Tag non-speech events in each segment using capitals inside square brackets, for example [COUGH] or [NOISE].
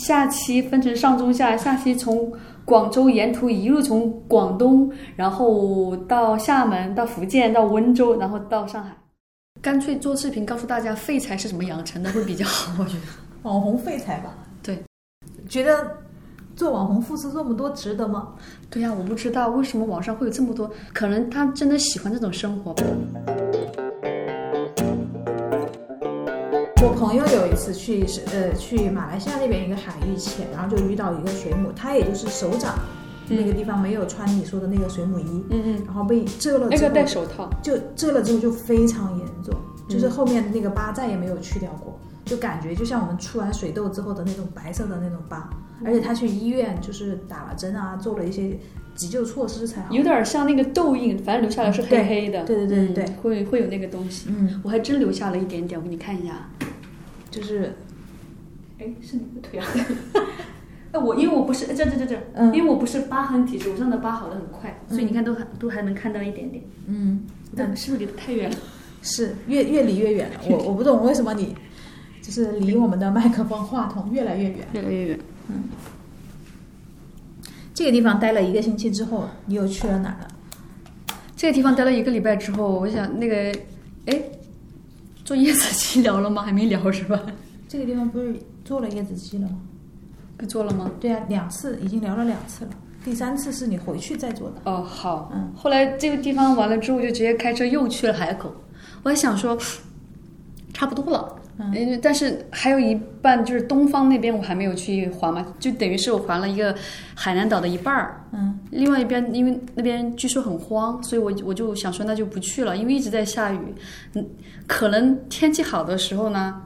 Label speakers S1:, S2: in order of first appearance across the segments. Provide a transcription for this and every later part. S1: 下期分成上中下，下期从广州沿途一路从广东，然后到厦门，到福建，到温州，然后到上海。干脆做视频告诉大家废材是怎么养成的会比较好，我觉得。
S2: 网红废材吧？
S1: 对，
S2: 觉得做网红付出这么多值得吗？
S1: 对呀、我不知道为什么网上会有这么多，可能他真的喜欢这种生活吧。
S2: 我朋友有一次去是呃去马来西亚那边一个海域潜，然后就遇到一个水母，它也就是手掌那个地方没有穿你说的那个水母衣，
S1: 嗯嗯，
S2: 然后被蛰了
S1: 那
S2: 之
S1: 个嗯
S2: 后，
S1: 戴手套，
S2: 就蛰了之后就非常严重，就是后面那个疤再也没有去掉过，就感觉就像我们出完水痘之后的那种白色的那种疤，
S1: 嗯
S2: 而且他去医院就是打了针啊，做了一些急救措施才好。
S1: 有点像那个痘印，反正留下来是黑黑的。
S2: 对对对对对
S1: 嗯会会有那个东西。
S2: 嗯，
S1: 我还真留下了一点点，我给你看一下。啊
S2: 就是
S1: 哎，是你的腿啊？ [LAUGHS] 那我因为我不是这这这这，
S2: 嗯
S1: 因为我不是疤痕体质，我上的疤好的很快，所以你看都还都还能看到一点点。
S2: 嗯
S1: 但是不是离得太远了？
S2: 是越越离越远了，我我不懂为什么你就是离我们的麦克风话筒越来越远。
S1: 越来越远。
S2: 这个地方待了一个星期之后，你又去了哪儿了？
S1: 这个地方待了一个礼拜之后，我想那个，哎，做椰子 [LAUGHS] 鸡聊了吗？还没聊是吧？
S2: 这个地方不是做了椰子鸡了吗？
S1: 做了吗？
S2: 对啊，两次已经聊了两次了，第三次是你回去再做的。
S1: 哦，好。
S2: 嗯
S1: 后来这个地方完了之后，就直接开车又去了海口。我还想说，差不多了。
S2: 嗯
S1: 因为但是还有一半就是东方那边我还没有去环嘛，就等于是我环了一个海南岛的一半儿。
S2: 嗯，
S1: 另外一边，因为那边据说很荒，所以我我就想说那就不去了，因为一直在下雨。嗯，可能天气好的时候呢，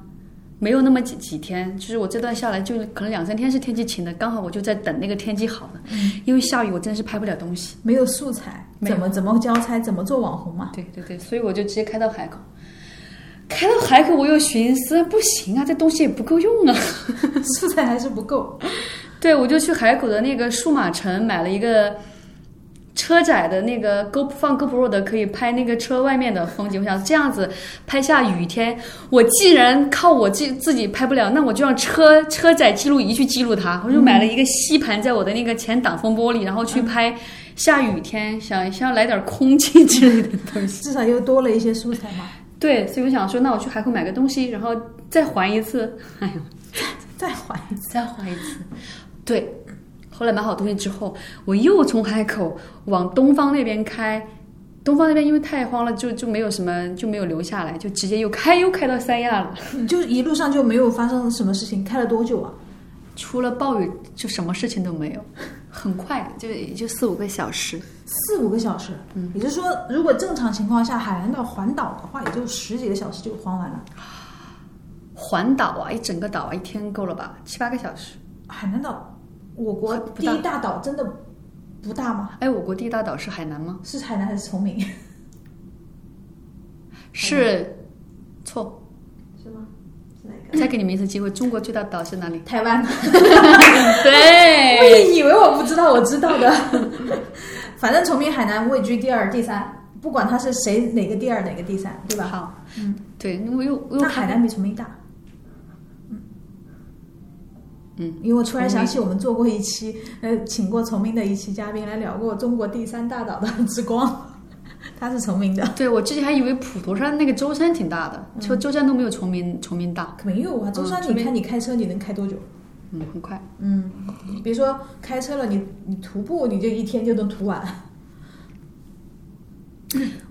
S1: 没有那么几几天，就是我这段下来就可能两三天是天气晴的，刚好我就在等那个天气好的，
S2: 嗯
S1: 因为下雨我真的是拍不了东西。
S2: 没有素材，
S1: 没有
S2: 怎么怎么交差，怎么做网
S1: [LAUGHS]
S2: 红嘛？
S1: 对对对，所以我就直接开到海口。开到海口，我又寻思不行啊，这东西也不够用啊。
S2: 素材还是不够。
S1: 对，我就去海口的那个数码城买了一个车载的那个 Go 放 GoPro 的，可以拍那个车外面的风景。我想这样子拍下雨天，我既然靠我自自己拍不了，那我就让车车载记录仪去记录它。我就买了一个吸盘在我的那个前挡风玻璃，然后去拍下雨天，想想来点空气之类的东西。
S2: 至少又多了一些素材嘛。
S1: 对，所以我想说，那我去海口买个东西，然后再还一次。哎呦，
S2: 再缓一次，
S1: [LAUGHS] 再还一次。对，后来买好东西之后，我又从海口往东方那边开。东方那边因为太荒了，就就没有什么，就没有留下来，就直接又开又开到三亚了。
S2: 你就一路上就没有发生什么事情，开了多久啊？
S1: 除了暴雨，就什么事情都没有，很快，就也就四五个小时。
S2: 四五个小时。嗯，也就是说，如果正常情况下海南岛环岛的话，也就十几个小时就环完了。
S1: 环岛啊，一整个岛啊，一天够了吧？七八个小时。
S2: 海南岛，我国
S1: 不
S2: 第
S1: 大
S2: 一大岛真的不大吗？
S1: 哎，我国第一大岛是海南吗？
S2: 是海南还是崇明？？
S1: 是，错。
S3: 是吗？是哪个？
S1: 再给你们一次机会，中国最大岛是哪里
S2: 台湾。我
S1: [LAUGHS] 对，
S2: 也以为我不知道，我知道的。 [LAUGHS] 反正崇明、海南位居第二、第三，不管他是谁哪个第二哪个第三，对吧？
S1: 好，
S2: 嗯，
S1: 对，我又我又
S2: 那
S1: 看
S2: 海南比崇明大。
S1: 嗯，
S2: 因为我突然想起我们做过一期，呃，请过崇明的一期嘉宾来聊过中国第三大岛的之光，他是崇明的，
S1: 对，我之前还以为普陀山那个舟山挺大的，
S2: 嗯
S1: 就舟山都没有崇明崇明大。
S2: 没有啊。舟山，你看你开车你能开多久？
S1: 嗯，很快。
S2: 嗯，别说开车了，你你徒步你就一天就能徒完。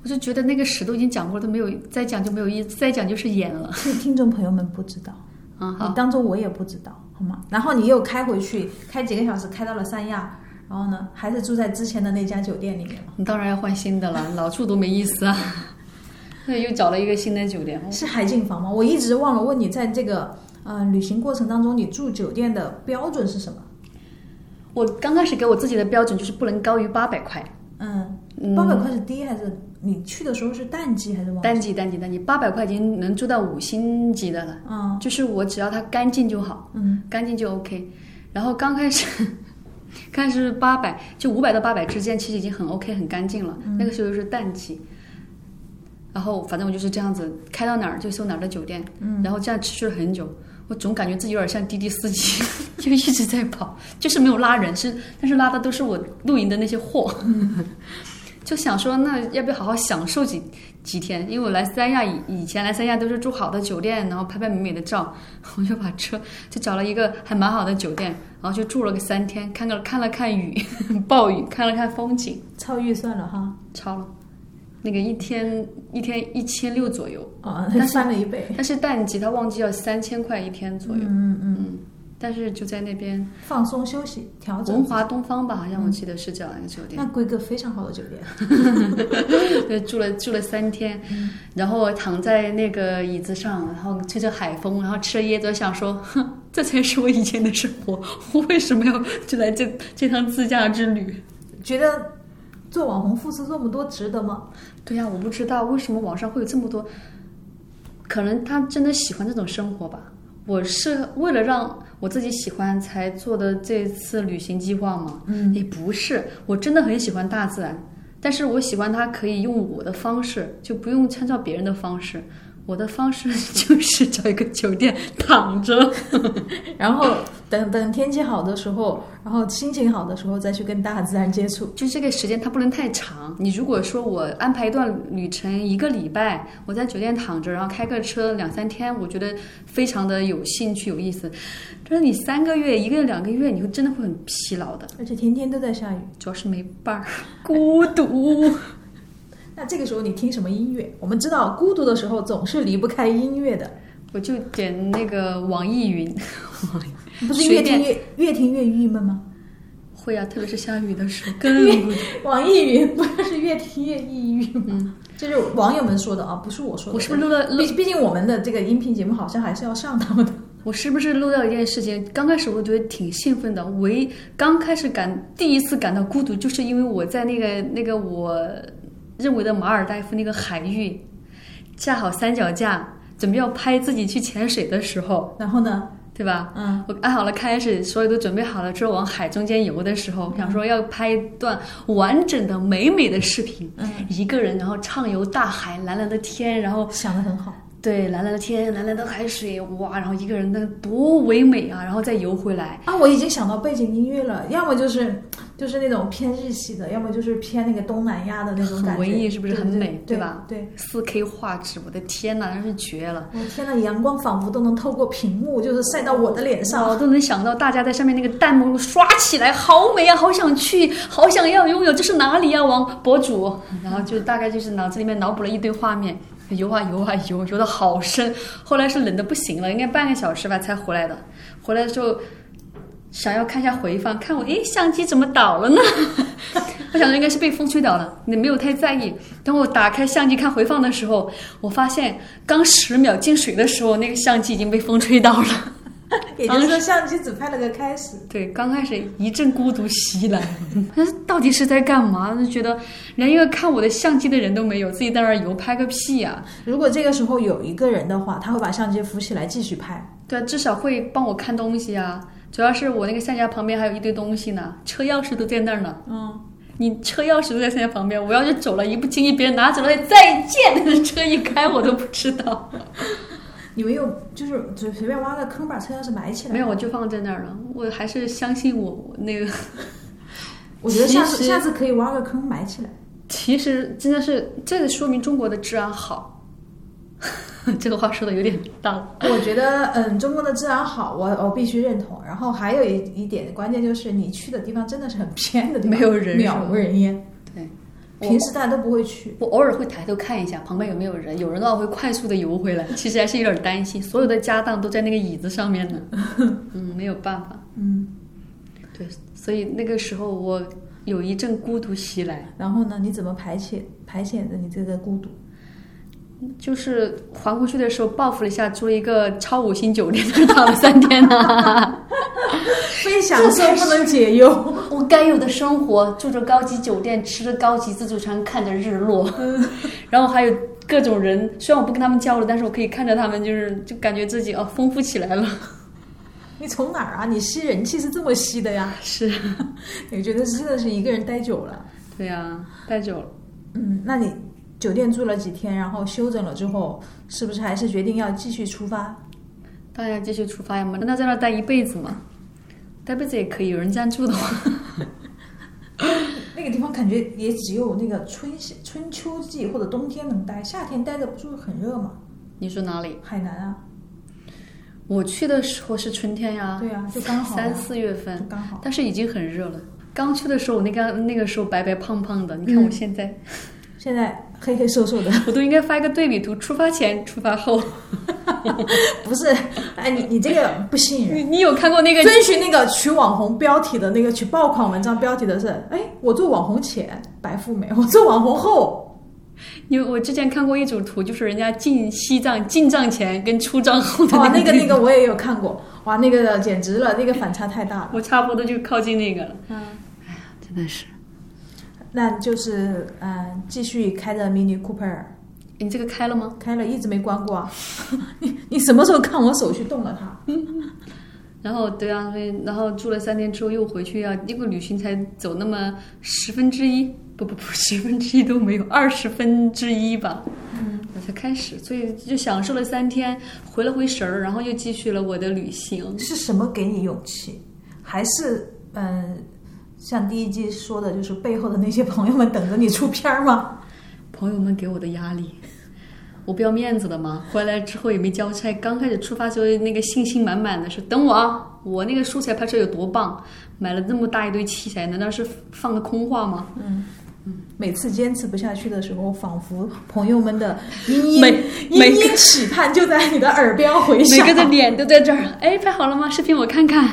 S1: 我就觉得那个史都已经讲过了，都没有再讲就没有意思，再讲就是演
S2: [LAUGHS]
S1: 了。
S2: 嗯听听众朋友们不知道，
S1: 嗯，
S2: 你
S1: 好，
S2: 当做我也不知道，好吗？然后你又开回去，开几个小时，开到了三亚，然后呢，还是住在之前的那家酒店里面吗？
S1: 你当然要换新的了，老住多没意思啊。 [LAUGHS] 对，又找了一个新的酒店。
S2: 是海景房吗？我一直忘了问你，在这个呃旅行过程当中，你住酒店的标准是什么？
S1: 我刚开始给我自己的标准就是不能高于八百块，
S2: 嗯，
S1: 嗯
S2: 八百块是低还是你去的时候是淡季还是旺季？
S1: 单级单级单级，八百块已经能住到五星级的了，
S2: 嗯
S1: 就是我只要它干净就好。
S2: 嗯，
S1: 干净就 OK。然后刚开始， [LAUGHS] 开始八百，就五百到八百之间，其实已经很 OK，很干净了。那个时候又是淡季，然后反正我就是这样子，开到哪儿就搜哪儿的酒店，然后这样持续了很久。我总感觉自己有点像滴滴司机， [LAUGHS] 就一直在跑，就是没有拉人，是但是拉的都是我露营的那些货。 [LAUGHS] 就想说，那要不要好好享受几几天？因为我来三亚以以前来三亚都是住好的酒店，然后拍拍美美的照。 [LAUGHS] 我就把车就找了一个还蛮好的酒店，然后就住了个三天，看个看了看雨， [LAUGHS] 暴雨，看了看风景，
S2: 嗯超预算了哈，
S1: 超了。那个一天一天一千六左右，
S2: 啊、
S1: 但是
S2: 翻了一倍，
S1: 但是淡季他旺季要三千块一天左右。
S2: 嗯嗯，
S1: 嗯，但是就在那边
S2: 放松休息调整
S1: 文，华东方吧，好像我记得是这样一个酒店
S2: 那，规格非常好的酒店，
S1: 对，住了住了三天，然后躺在那个椅子上，然后吹着海风，然后吃着椰子，想说，哼，这才是我以前的生活，我为什么要就来这这趟自驾之旅？
S2: 觉得做网红付出这么多值得吗？ [LAUGHS]
S1: 对呀、我不知道为什么网上会有这么多，可能他真的喜欢这种生活吧。我是为了让我自己喜欢才做的这次旅行计划嘛，
S2: 嗯，
S1: 也不是，我真的很喜欢大自然，但是我喜欢它可以用我的方式，就不用参照别人的方式。我的方式 [LAUGHS] 就是找一个酒店躺着，
S2: 然后等等天气好的时候，然后心情好的时候再去跟大自然接触。
S1: 就这个时间它不能太长。你如果说我安排一段旅程一个礼拜，我在酒店躺着，然后开个车两三天，我觉得非常的有兴趣有意思。但是你三个月、一个月、两个月，你会真的会很疲劳的，
S2: 而且天天都在下雨，
S1: 主要是没伴儿， [LAUGHS] 孤独。
S2: 那这个时候你听什么音乐？我们知道孤独的时候总是离不开音乐的，
S1: 我就点那个网易云，
S2: 不是
S1: 随
S2: 越
S1: 便
S2: 听越越听越郁闷吗？
S1: 会啊，特别是下雨的时候更孤独。
S2: 网易云不是越听越抑郁吗？这嗯是网友们说的啊，不是我说
S1: [LAUGHS]
S2: 的。
S1: 我是不是录了录
S2: 毕毕竟我们的这个音频节目好像还是要上他们的。
S1: 我是不是录到一件事情？刚开始我觉得挺兴奋的，唯刚开始感第一次感到孤独，就是因为我在那个那个我认为的马尔代夫那个海域架好三脚架，准备要拍自己去潜水的时候，
S2: 然后呢，
S1: 对吧？
S2: 嗯，
S1: 我按好了开始，所有都准备好了之后，往海中间游的时候，想说要拍一段完整的、美美的视频，
S2: 嗯
S1: 一个人然后畅游大海，蓝蓝的天，然后
S2: 想的很好，
S1: 对，蓝蓝的天，蓝蓝的海水，哇！然后一个人那多唯美啊，然后再游回来。
S2: 啊，我已经想到背景音乐了，要么就是就是那种偏日系的，要么就是偏那个东南亚的那种
S1: 很
S2: 感觉，
S1: 文艺是不是
S2: 对
S1: 很美
S2: 对
S1: 对吧
S2: 对，
S1: 四 K 画质，我的天呐，真是绝了！
S2: 我天呐，阳光仿佛都能透过屏幕，就是晒到我的脸
S1: 我
S2: 上。
S1: 都能想到大家在上面那个弹幕刷起来，好美啊，好想去，好想要拥有，这是哪里啊，王博主？然后就大概就是脑子里面脑补了一堆画面，游啊游啊游，游的好深。后来是冷的不行了，应该半个小时吧才回来的。回来的时候想要看一下回放，看我诶相机怎么倒了呢？ [LAUGHS] 我想着应该是被风吹倒了，你没有太在意。等我打开相机看回放的时候，我发现刚十秒进水的时候，那个相机已经被风吹倒了。
S2: [LAUGHS] 也就是说，相机只拍了个开始。
S1: 对，刚开始一阵孤独袭来， [LAUGHS] 到底是在干嘛？就觉得连一个看我的相机的人都没有，自己在那儿游拍个屁呀、
S2: 如果这个时候有一个人的话，他会把相机扶起来继续拍。
S1: 对啊，至少会帮我看东西啊。主要是我那个相架旁边还有一堆东西呢，车钥匙都在那儿呢。
S2: 嗯，
S1: 你车钥匙都在相架旁边，我要是走了一不经意，别人拿走了，再见， [LAUGHS] 车一开我都不知道。
S2: 你们有就是随随便挖个坑把车钥匙埋起来？
S1: 没有，我，就放在那儿了。我还是相信我我那个
S2: 我觉得下
S1: 其实
S2: 次下次可以挖个坑埋起来。
S1: 其实真的是，这个说明中国的治安好。 [LAUGHS] 这个话说的有点大了。
S2: 我觉得，嗯，中国的治安好，我我必须认同。然后还有一一点关键就是，你去的地方真的是很偏的地
S1: [LAUGHS]
S2: 方，
S1: 没有人是
S2: 渺
S1: 吧
S2: 无人烟，
S1: 对，
S2: 平时大家都不会去。
S1: 我偶尔会抬头看一下旁边有没有人，有人的话会快速的游回来。 [LAUGHS] 其实还是有点担心，所有的家当都在那个椅子上面 [LAUGHS] 呢。嗯，没有办法。
S2: 嗯，
S1: 对，所以那个时候我有一阵孤独袭来，
S2: 然后呢，你怎么排遣排遣的你这
S1: [LAUGHS]
S2: 个孤独？
S1: 就是还回去的时候报复了一下，租了一个超五星酒店，就躺了三天呢、
S2: 非享受不能解忧，
S1: [LAUGHS] 我该有的生活，住着高级酒店，吃着高级自助餐，看着日 [LAUGHS] 落，然后还有各种人。虽然我不跟他们交流，但是我可以看着他们，就是就感觉自己哦丰富起来了。
S2: [LAUGHS] 你从哪儿啊？你吸人气是这么吸的呀？
S1: 是，
S2: [LAUGHS] 你觉得真的是一个人待久了？
S1: 对呀、待久了。
S2: 嗯，那你酒店住了几天，然后休整了之后，是不是还是决定要继续出发？
S1: 当然继续出发呀嘛，那在那儿待一辈子嘛，待辈子也可以，有人赞助的话，
S2: 那个地方感觉也只有那个春夏春秋季或者冬天能待，夏天待着不是很热吗？
S1: 你说哪里？
S2: 海南啊，
S1: 我去的时候是春天呀，
S2: 对啊，就刚好啊
S1: 三四月份
S2: 就，刚好。
S1: 但是已经很热了。刚去的时候，我那个那个时候白白胖胖的，你看
S2: 嗯
S1: 我现在，
S2: 现在黑黑瘦瘦的， [LAUGHS]
S1: 我都应该发一个对比图，出发前、出发后。
S2: 不是？哎，你你这个不吸引人。
S1: 你你有看过那个？
S2: 遵循那个取网红标题的那个取爆款文章标题的是，哎，我做网红前白富美，我做网红后
S1: 你我之前看过一组图，就是人家进西藏进藏前跟出藏后的 [LAUGHS]
S2: 哇，
S1: 那
S2: 啊哦那个
S1: 地
S2: 那个我也有看过，哇，那个简直了，那个反差太大了。
S1: 我差不多就靠近那个了，
S2: 嗯，
S1: 真的是。
S2: 那就是嗯、呃继续开着 Mini Cooper，
S1: 你这个开了吗？
S2: 开了一直没关过啊。 [LAUGHS] 你你什么时候看我手去动了它？
S1: 然后对啊，所以然后住了三天之后又回去啊，一个旅行才走那么十分之一，不不不， [LAUGHS] 十分之一都没有，二十分之一吧，
S2: 嗯，
S1: 才开始，所以就享受了三天，回了回神儿，然后又继续了我的旅行。
S2: 是什么给你勇气？还是嗯、呃像第一季说的，就是背后的那些朋友们等着你出片儿吗？
S1: 朋友们给我的压力，我不要面子的嘛，回来之后也没交差，刚开始出发时候那个信心满满的说，等我啊，我那个素材拍摄有多棒，买了那么大一堆器材，难道是放的空话吗？
S2: 每次坚持不下去的时候，仿佛朋友们的殷殷
S1: 每每
S2: 殷殷期盼就在你的耳边回
S1: 每
S2: 响。
S1: 个的脸都在这儿，哎，拍好了吗？视频我看看。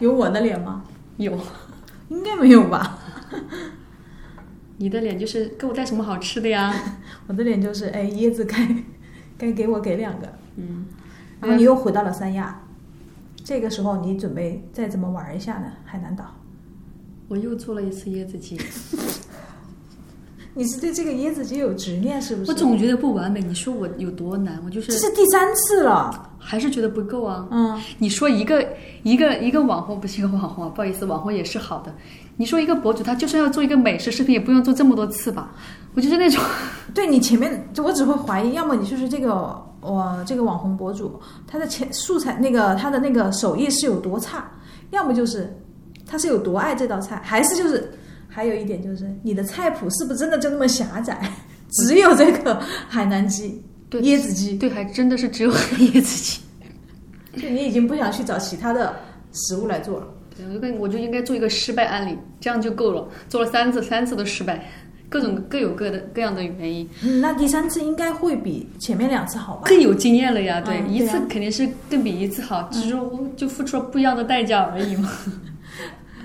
S2: 有我的脸吗？
S1: 有，
S2: 应该没有吧。
S1: 你的脸就是给我带什么好吃的呀？
S2: 我的脸就是，哎，椰子该 [LAUGHS] 该给我给两个。
S1: 嗯，
S2: 然后你又回到了三亚，这个时候你准备再怎么玩一下呢？海南岛，
S1: 我又做了一次椰子鸡，
S2: 你是对这个椰子鸡有执念是不是？
S1: 我总觉得不完美。你说我有多难？我就
S2: 这
S1: 是
S2: 是第三次了，
S1: 还是觉得不够啊。
S2: 嗯，
S1: 你说一个一个一个网红不是一个网红啊，不好意思，网红也是好的。你说一个博主，他就算要做一个美食视频，也不用做这么多次吧？我就是那种，
S2: 对你前面就我只会怀疑，要么你就是这个我、这个网红博主他的前素材那个他的那个手艺是有多差，要么就是他是有多爱这道菜，还是就是还有一点就是你的菜谱是不是真的就那么狭窄， [LAUGHS] 只有这个海南鸡、
S1: 对
S2: 椰子鸡，
S1: 对，还真的是只有 [LAUGHS] 椰子鸡。
S2: 就你已经不想去找其他的食物来做了。
S1: 对，我就跟我就应该做一个失败案例，这样就够了。做了三次，三次都失败，各种各有各的各样的原因，
S2: 嗯，那第三次应该会比前面两次好吧？
S1: 更有经验了呀。对，
S2: 嗯
S1: 一
S2: 对啊
S1: 次肯定是更比一次好，只是我就付出了不一样的代价而已嘛。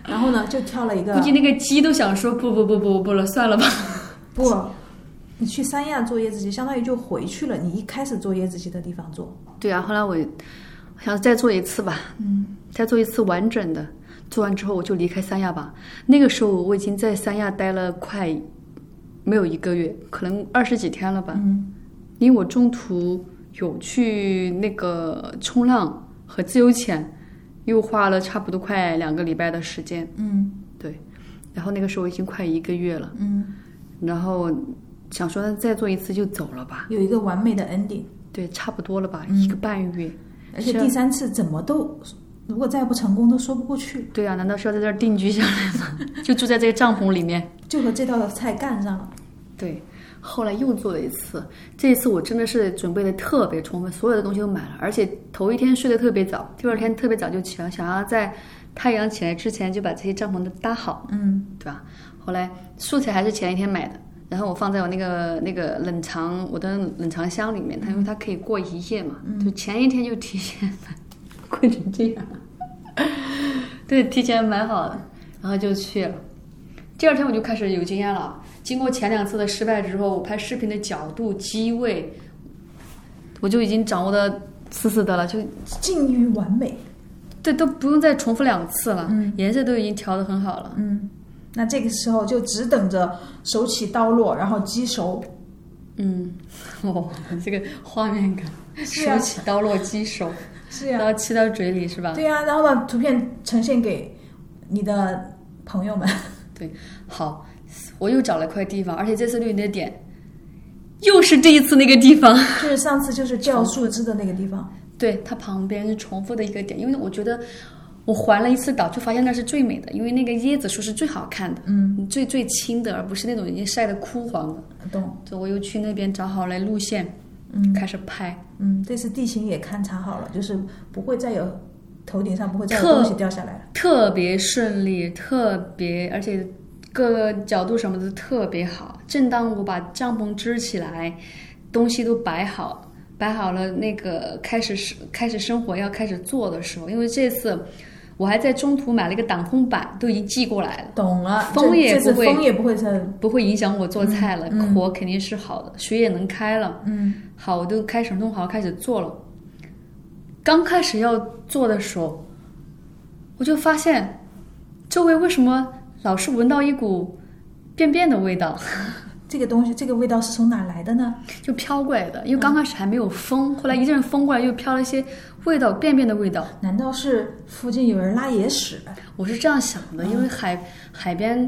S2: 然后呢，就挑了一个
S1: 估计那个鸡都想说不不不不不了，算了吧。
S2: 不，你去三亚做椰子鸡，相当于就回去了你一开始做椰子鸡的地方做。
S1: 对啊，后来我我想再做一次吧，
S2: 嗯，
S1: 再做一次完整的。做完之后我就离开三亚吧。那个时候我已经在三亚待了快没有一个月，可能二十几天了吧。
S2: 嗯，
S1: 因为我中途有去那个冲浪和自由潜，又花了差不多快两个礼拜的时间。
S2: 嗯
S1: 对，然后那个时候已经快一个月了，
S2: 嗯，
S1: 然后想说那再做一次就走了吧。
S2: 有一个完美的 ending，
S1: 对，差不多了吧，
S2: 嗯
S1: 一个半月。
S2: 而且
S1: 是
S2: 第三次怎么都，如果再不成功都说不过去，
S1: 对啊，难道是要在这儿定居下来吗？ [LAUGHS] 就住在这个帐篷里面。
S2: 就和这道菜干上了。
S1: 对，后来又做了一次，这一次我真的是准备的特别充分，所有的东西都买了，而且头一天睡得特别早，第二天特别早就起来，想要在太阳起来之前就把这些帐篷都搭好，
S2: 嗯
S1: 对吧？后来素材还是前一天买的，然后我放在我那个那个冷藏我的冷藏箱里面，它因为它可以过一夜嘛，就前一天就提前买， [LAUGHS] 贵成这样，对，提前买好了，然后就去了。第二天我就开始有经验了。经过前两次的失败之后，我拍视频的角度、机位，我就已经掌握的死死的了，就
S2: 近于完美。
S1: 对都不用再重复两次了。
S2: 嗯
S1: 颜色都已经调的很好了。
S2: 嗯，那这个时候就只等着手起刀落，然后鸡熟。
S1: 嗯，哦， [LAUGHS] 这个画面感，
S2: 是啊
S1: 手起刀落，鸡手，
S2: 是啊
S1: 然后吃到嘴里是吧？
S2: 对呀、啊然后把图片呈现给你的朋 [LAUGHS] 友们。
S1: 对，好，我又找了块地方，而且这次绿的点又是这一次那个地方。 [LAUGHS]
S2: 就是上次就是掉树枝的那个地方，
S1: 对它旁边是重复的一个点，因为我觉得我环了一次岛，就发现那是最美的，因为那个椰子树是最好看的，
S2: 嗯，
S1: 最最青的，而不是那种已经晒得枯黄的。
S2: 懂，
S1: 所以我又去那边找好了路线，
S2: 嗯
S1: 开始拍。
S2: 嗯，这次地形也勘察好了，就是不会再有头顶上不会再有
S1: 特
S2: 东西掉下来了。
S1: 特别顺利，特别而且各个角度什么的特别好。正当我把帐篷支起来，东西都摆好，摆好了，那个开始是开始生活要开始做的时候，因为这次我还在中途买了一个挡风板，都已经寄过来了。
S2: 懂了，
S1: 风
S2: 这
S1: 也
S2: 这次
S1: 不会
S2: 风也不会再，
S1: 不会影响我做菜了，
S2: 嗯嗯
S1: 火肯定是好的，水也能开了。
S2: 嗯，
S1: 好，我都开始弄好，开始做了。刚开始要做的时候，我就发现周围为什么老是闻到一股便便的味道， [LAUGHS]
S2: 这个东西这个味道是从哪来的呢？
S1: 就飘过来的。因为刚开始还没有
S2: 嗯
S1: 风，后来一阵风过来，又飘了一些味道，便便的味道。
S2: 难道是附近有人拉野屎？
S1: 我是这样想
S2: 嗯
S1: 的，因为海、海边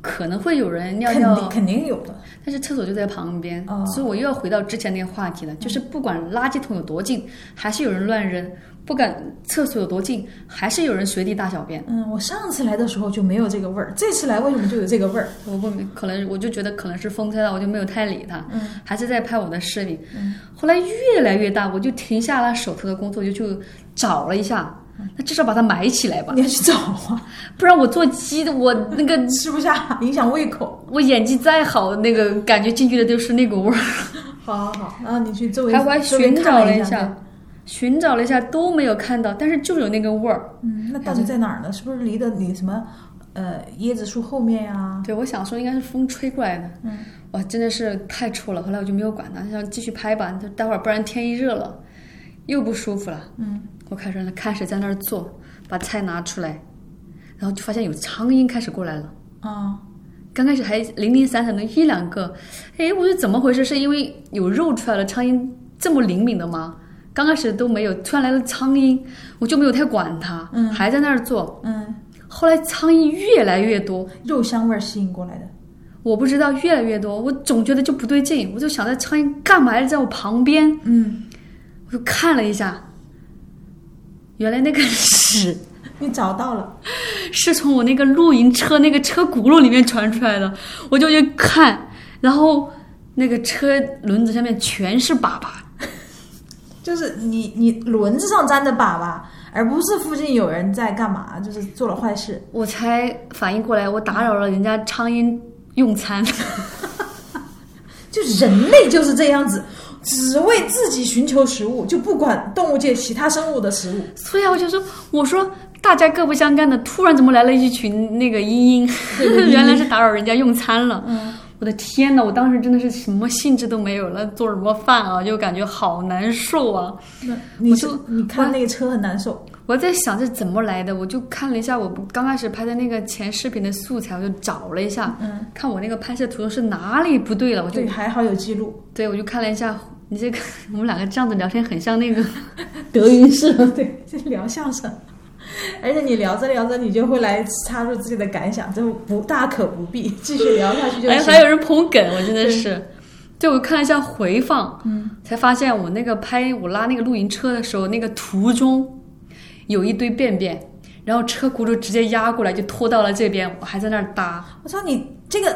S1: 可能会有人尿
S2: 肯
S1: 尿，
S2: 定肯定有的。
S1: 但是厕所就在旁边，
S2: 哦嗯
S1: 所以我又要回到之前那个话题了，就是不管垃圾桶有多近，还是有人乱扔；不管厕所有多近，还是有人随地大小便。
S2: 嗯，我上次来的时候就没有这个味儿，这次来为什么就有这个味儿？
S1: 我不明可能我就觉得可能是风吹到，我就没有太理他，
S2: 嗯
S1: 还是在拍我的视频。
S2: 嗯
S1: 后来越来越大，我就停下了手头的工作，就去找了一下。
S2: 嗯
S1: 那至少把它埋起来吧，
S2: 你要去找啊，
S1: 不然我做鸡的，我那个
S2: 吃不下，影响胃口。
S1: 我演技再好，那个感觉进去的都是那股味儿。
S2: 好好好，然后你去周围
S1: 还我还
S2: 周围
S1: 寻
S2: 看
S1: 找了
S2: 了
S1: 一下，寻找了一下都没有看到，但是就有那个味儿。
S2: 嗯，那到底在哪儿呢？是不是离的你什么呃椰子树后面呀、
S1: 对，我想说应该是风吹过来的。
S2: 啊嗯，
S1: 哇，真的是太臭了。后来我就没有管它，想继续拍吧，就待会儿不然天一热了，又不舒服了。
S2: 嗯，
S1: 我开始开始在那儿做，把菜拿出来，然后就发现有苍蝇开始过来了。
S2: 啊、
S1: 刚开始还零零散散的一两个，哎，我说怎么回事？是因为有肉出来了，苍蝇这么灵敏的吗？刚开始都没有，突然来了苍蝇，我就没有太管它，
S2: 嗯
S1: 还在那儿做。
S2: 嗯，
S1: 后来苍蝇越来越多，
S2: 肉香味儿吸引过来的。
S1: 我不知道越来越多，我总觉得就不对劲，我就想着苍蝇干嘛要在我旁边？
S2: 嗯，
S1: 我就看了一下，原来那个 [LAUGHS] 屎
S2: 你找到了，
S1: [LAUGHS] 是从我那个露营车那个车轱辘里面传出来的，我就去看，然后那个车轮子下面全是粑粑，
S2: 就是你你轮子上粘的粑粑，而不是附近有人在干嘛，就是做了坏事。
S1: 我才反应过来，我打扰了人家苍蝇用餐。 [LAUGHS]
S2: 就人类就是这样子，只为自己寻求食物，就不管动物界其他生物的食物。
S1: 所以啊，我就说，我说大家各不相干的，突然怎么来了一群那个嘤嘤，原来是打扰人家用餐了。
S2: 嗯
S1: 我的天呐，我当时真的是什么兴致都没有了，做什么饭啊，就感觉好难受啊！
S2: 那你
S1: 我就是
S2: 你看那个车很难受，
S1: 我在想这怎么来的，我就看了一下我刚开始拍的那个前视频的素材，我就找了一下，
S2: 嗯，
S1: 看我那个拍摄图是哪里不对了，我就
S2: 对，还好有记录。 [LAUGHS]
S1: 对我就看了一下，你这个我们两个这样子聊天很像那个
S2: [LAUGHS] 德云社，对，就聊相声。而且你聊着聊着，你就会来插入自己的感想，这不大可不必，继续聊下去
S1: [LAUGHS]
S2: 就
S1: 哎，
S2: 行。
S1: 还有人捧梗，我真的是。对，我看了一下回放，
S2: 嗯，
S1: 才发现我那个拍我拉那个露营车的时候，那个途中有一堆便便，然后车轱辘直接压过来就拖到了这边，我还在那儿搭，
S2: 我操，你这个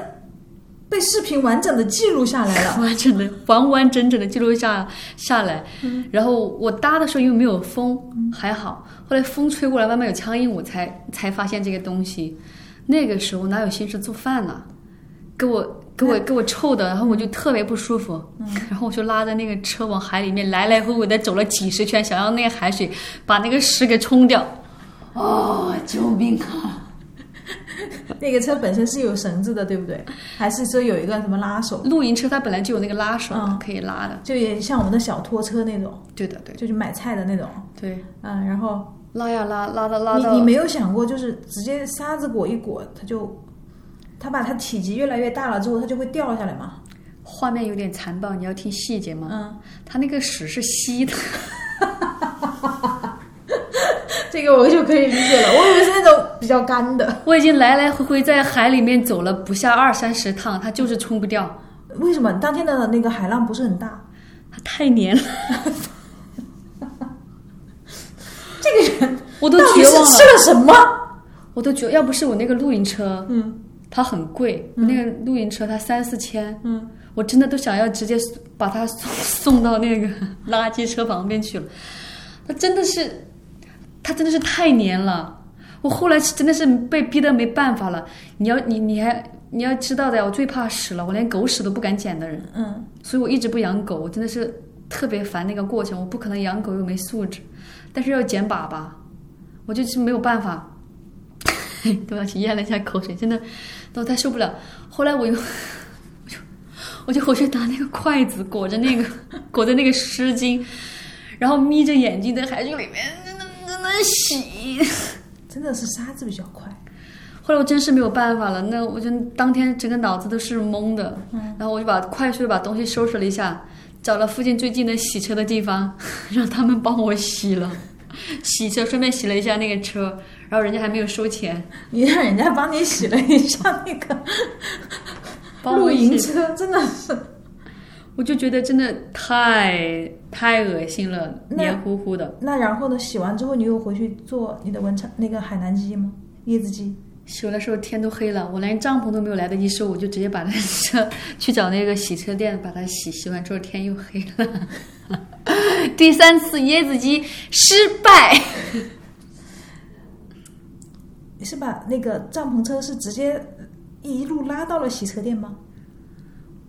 S2: 被视频完整的记录下来
S1: [LAUGHS]
S2: 了，
S1: 完整的、完完整整的记录下下来。然后我搭的时候因为没有风，还好，后来风吹过来，外面有苍蝇，我才才发现这个东西。那个时候哪有心思做饭呢、啊给我给 [LAUGHS] 我给我臭的，然后我就特别不舒服，然后我就拉着那个车往海里面来来回回的走了几十圈，想让那个海水把那个屎给冲掉。哦，救命啊！
S2: 那个车本身是有绳子的，对不对？还是说有一个什么拉手，
S1: 露营车它本来就有那个拉手，
S2: 嗯
S1: 可以拉的。
S2: 就也像我们的小拖车那种，
S1: 对的，对
S2: 就去买菜的那种。
S1: 对，
S2: 嗯，然后
S1: 拉呀拉，拉到拉到。
S2: 你你没有想过，就是直接沙子裹一裹，它就它把它体积越来越大了之后，它就会掉下来嘛。
S1: 画面有点残暴，你要听细节吗？
S2: 嗯，
S1: 它那个屎是稀的，
S2: [LAUGHS]
S1: [LAUGHS]
S2: 这个我就可以理解了，我以为是那种比较干的。
S1: 我已经来来回回在海里面走了不下二三十趟，它就是冲不掉，
S2: 为什么
S1: [LAUGHS]
S2: 当天的那个海浪不是很大？
S1: 它太黏了。我都
S2: 到底
S1: 绝
S2: 是
S1: 望
S2: 吃
S1: 了，
S2: 了什么？
S1: 我都绝，要不是我那个露营车
S2: 嗯
S1: 它很贵，
S2: 嗯
S1: 那个露营车它三四千，
S2: 嗯，
S1: 我真的都想要直接把它送送到那个 [LAUGHS] 垃圾车旁边去了。它真的是，它真的是太黏了。我后来是真的是被逼得没办法了。你要你你还你要知道的呀，我最怕屎了，我连狗屎都不敢捡的人。
S2: 嗯，
S1: 所以我一直不养狗，我真的是特别烦那个过程。我不可能养狗又没素质，但是要剪粑粑，我就是没有办法。对不起，咽了一下口水，真的，都太受不了。后来我又，我就我就回去拿那个筷子裹着那个裹着那个湿巾，然后眯着眼睛在海水里面真的真的洗。
S2: 真的是沙子比较快。
S1: 后来我真是没有办法了，那我就当天整个脑子都是懵的，然后我就把快速的把东西收拾了一下，找了附近最近的洗车的地方， [LAUGHS] 让他们帮我洗了，洗车顺便洗了一下那个车，然后人家还没有收钱，
S2: 你让人家帮你洗了一下那个
S1: 帮
S2: 露
S1: 我
S2: 营
S1: 洗，
S2: 车，真的是。
S1: 我就觉得真的太太恶心了，
S2: 那
S1: 黏糊糊的。
S2: 那然后呢？洗完之后，你有回去做你的文昌那个海南鸡吗？椰子鸡？
S1: 洗的时候天都黑了，我连帐篷都没有来得及收，我就直接把那车去找那个洗车店把它洗，洗完之后天又黑了。 [LAUGHS] 第三次椰子鸡失败，
S2: 你是把那个帐篷车是直接一路拉到了洗车店吗？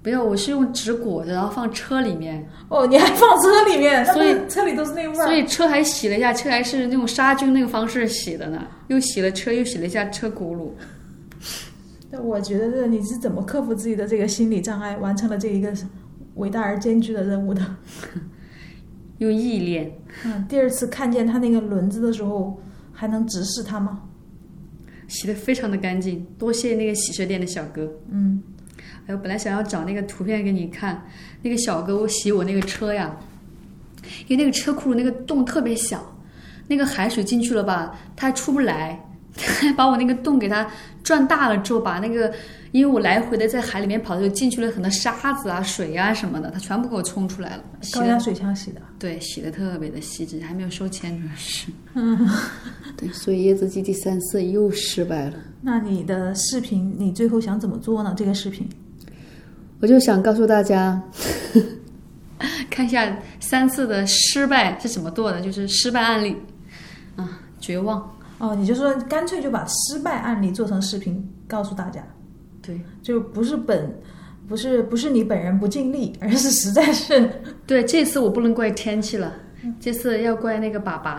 S1: 没有，我是用纸裹着，然后放车里面，
S2: 哦，你还放车里面，那不是
S1: 所
S2: 车里都是那味儿。
S1: 所以车还洗了一下，车还是那种杀菌那个方式洗的呢，又洗了车，又洗了一下车轱辘。
S2: 那我觉得这你是怎么克服自己的这个心理障碍，完成了这一个伟大而艰巨的任务的？
S1: 用意念，
S2: 嗯，第二次看见他那个轮子的时候，还能直视他吗？
S1: 洗的非常的干净，多谢那个洗车店的小哥。
S2: 嗯，
S1: 哎，我本来想要找那个图片给你看，那个小哥我洗我那个车呀，因为那个车库那个洞特别小，那个海水进去了吧，它还出不来，他还把我那个洞给它转大了之后，把那个因为我来回的在海里面跑的时候进去了很多沙子啊、水啊什么的，它全部给我冲出来了，洗
S2: 高压
S1: 的
S2: 水枪洗的。
S1: 对洗的特别的细致，还没有收钱主要是，
S2: 嗯
S1: [LAUGHS] 对，所以椰子鸡第三次又失败了。
S2: 那你的视频，你最后想怎么做呢？这个视频，
S1: 我就想告诉大家， [LAUGHS] 看一下三次的失败是怎么做的，就是失败案例啊，绝望。
S2: 哦，你就说干脆就把失败案例做成视频告诉大家，
S1: 对
S2: 就不是本，不是不是你本人不尽力，而是实在是
S1: 对，这次我不能怪天气了，这次要怪那个粑粑。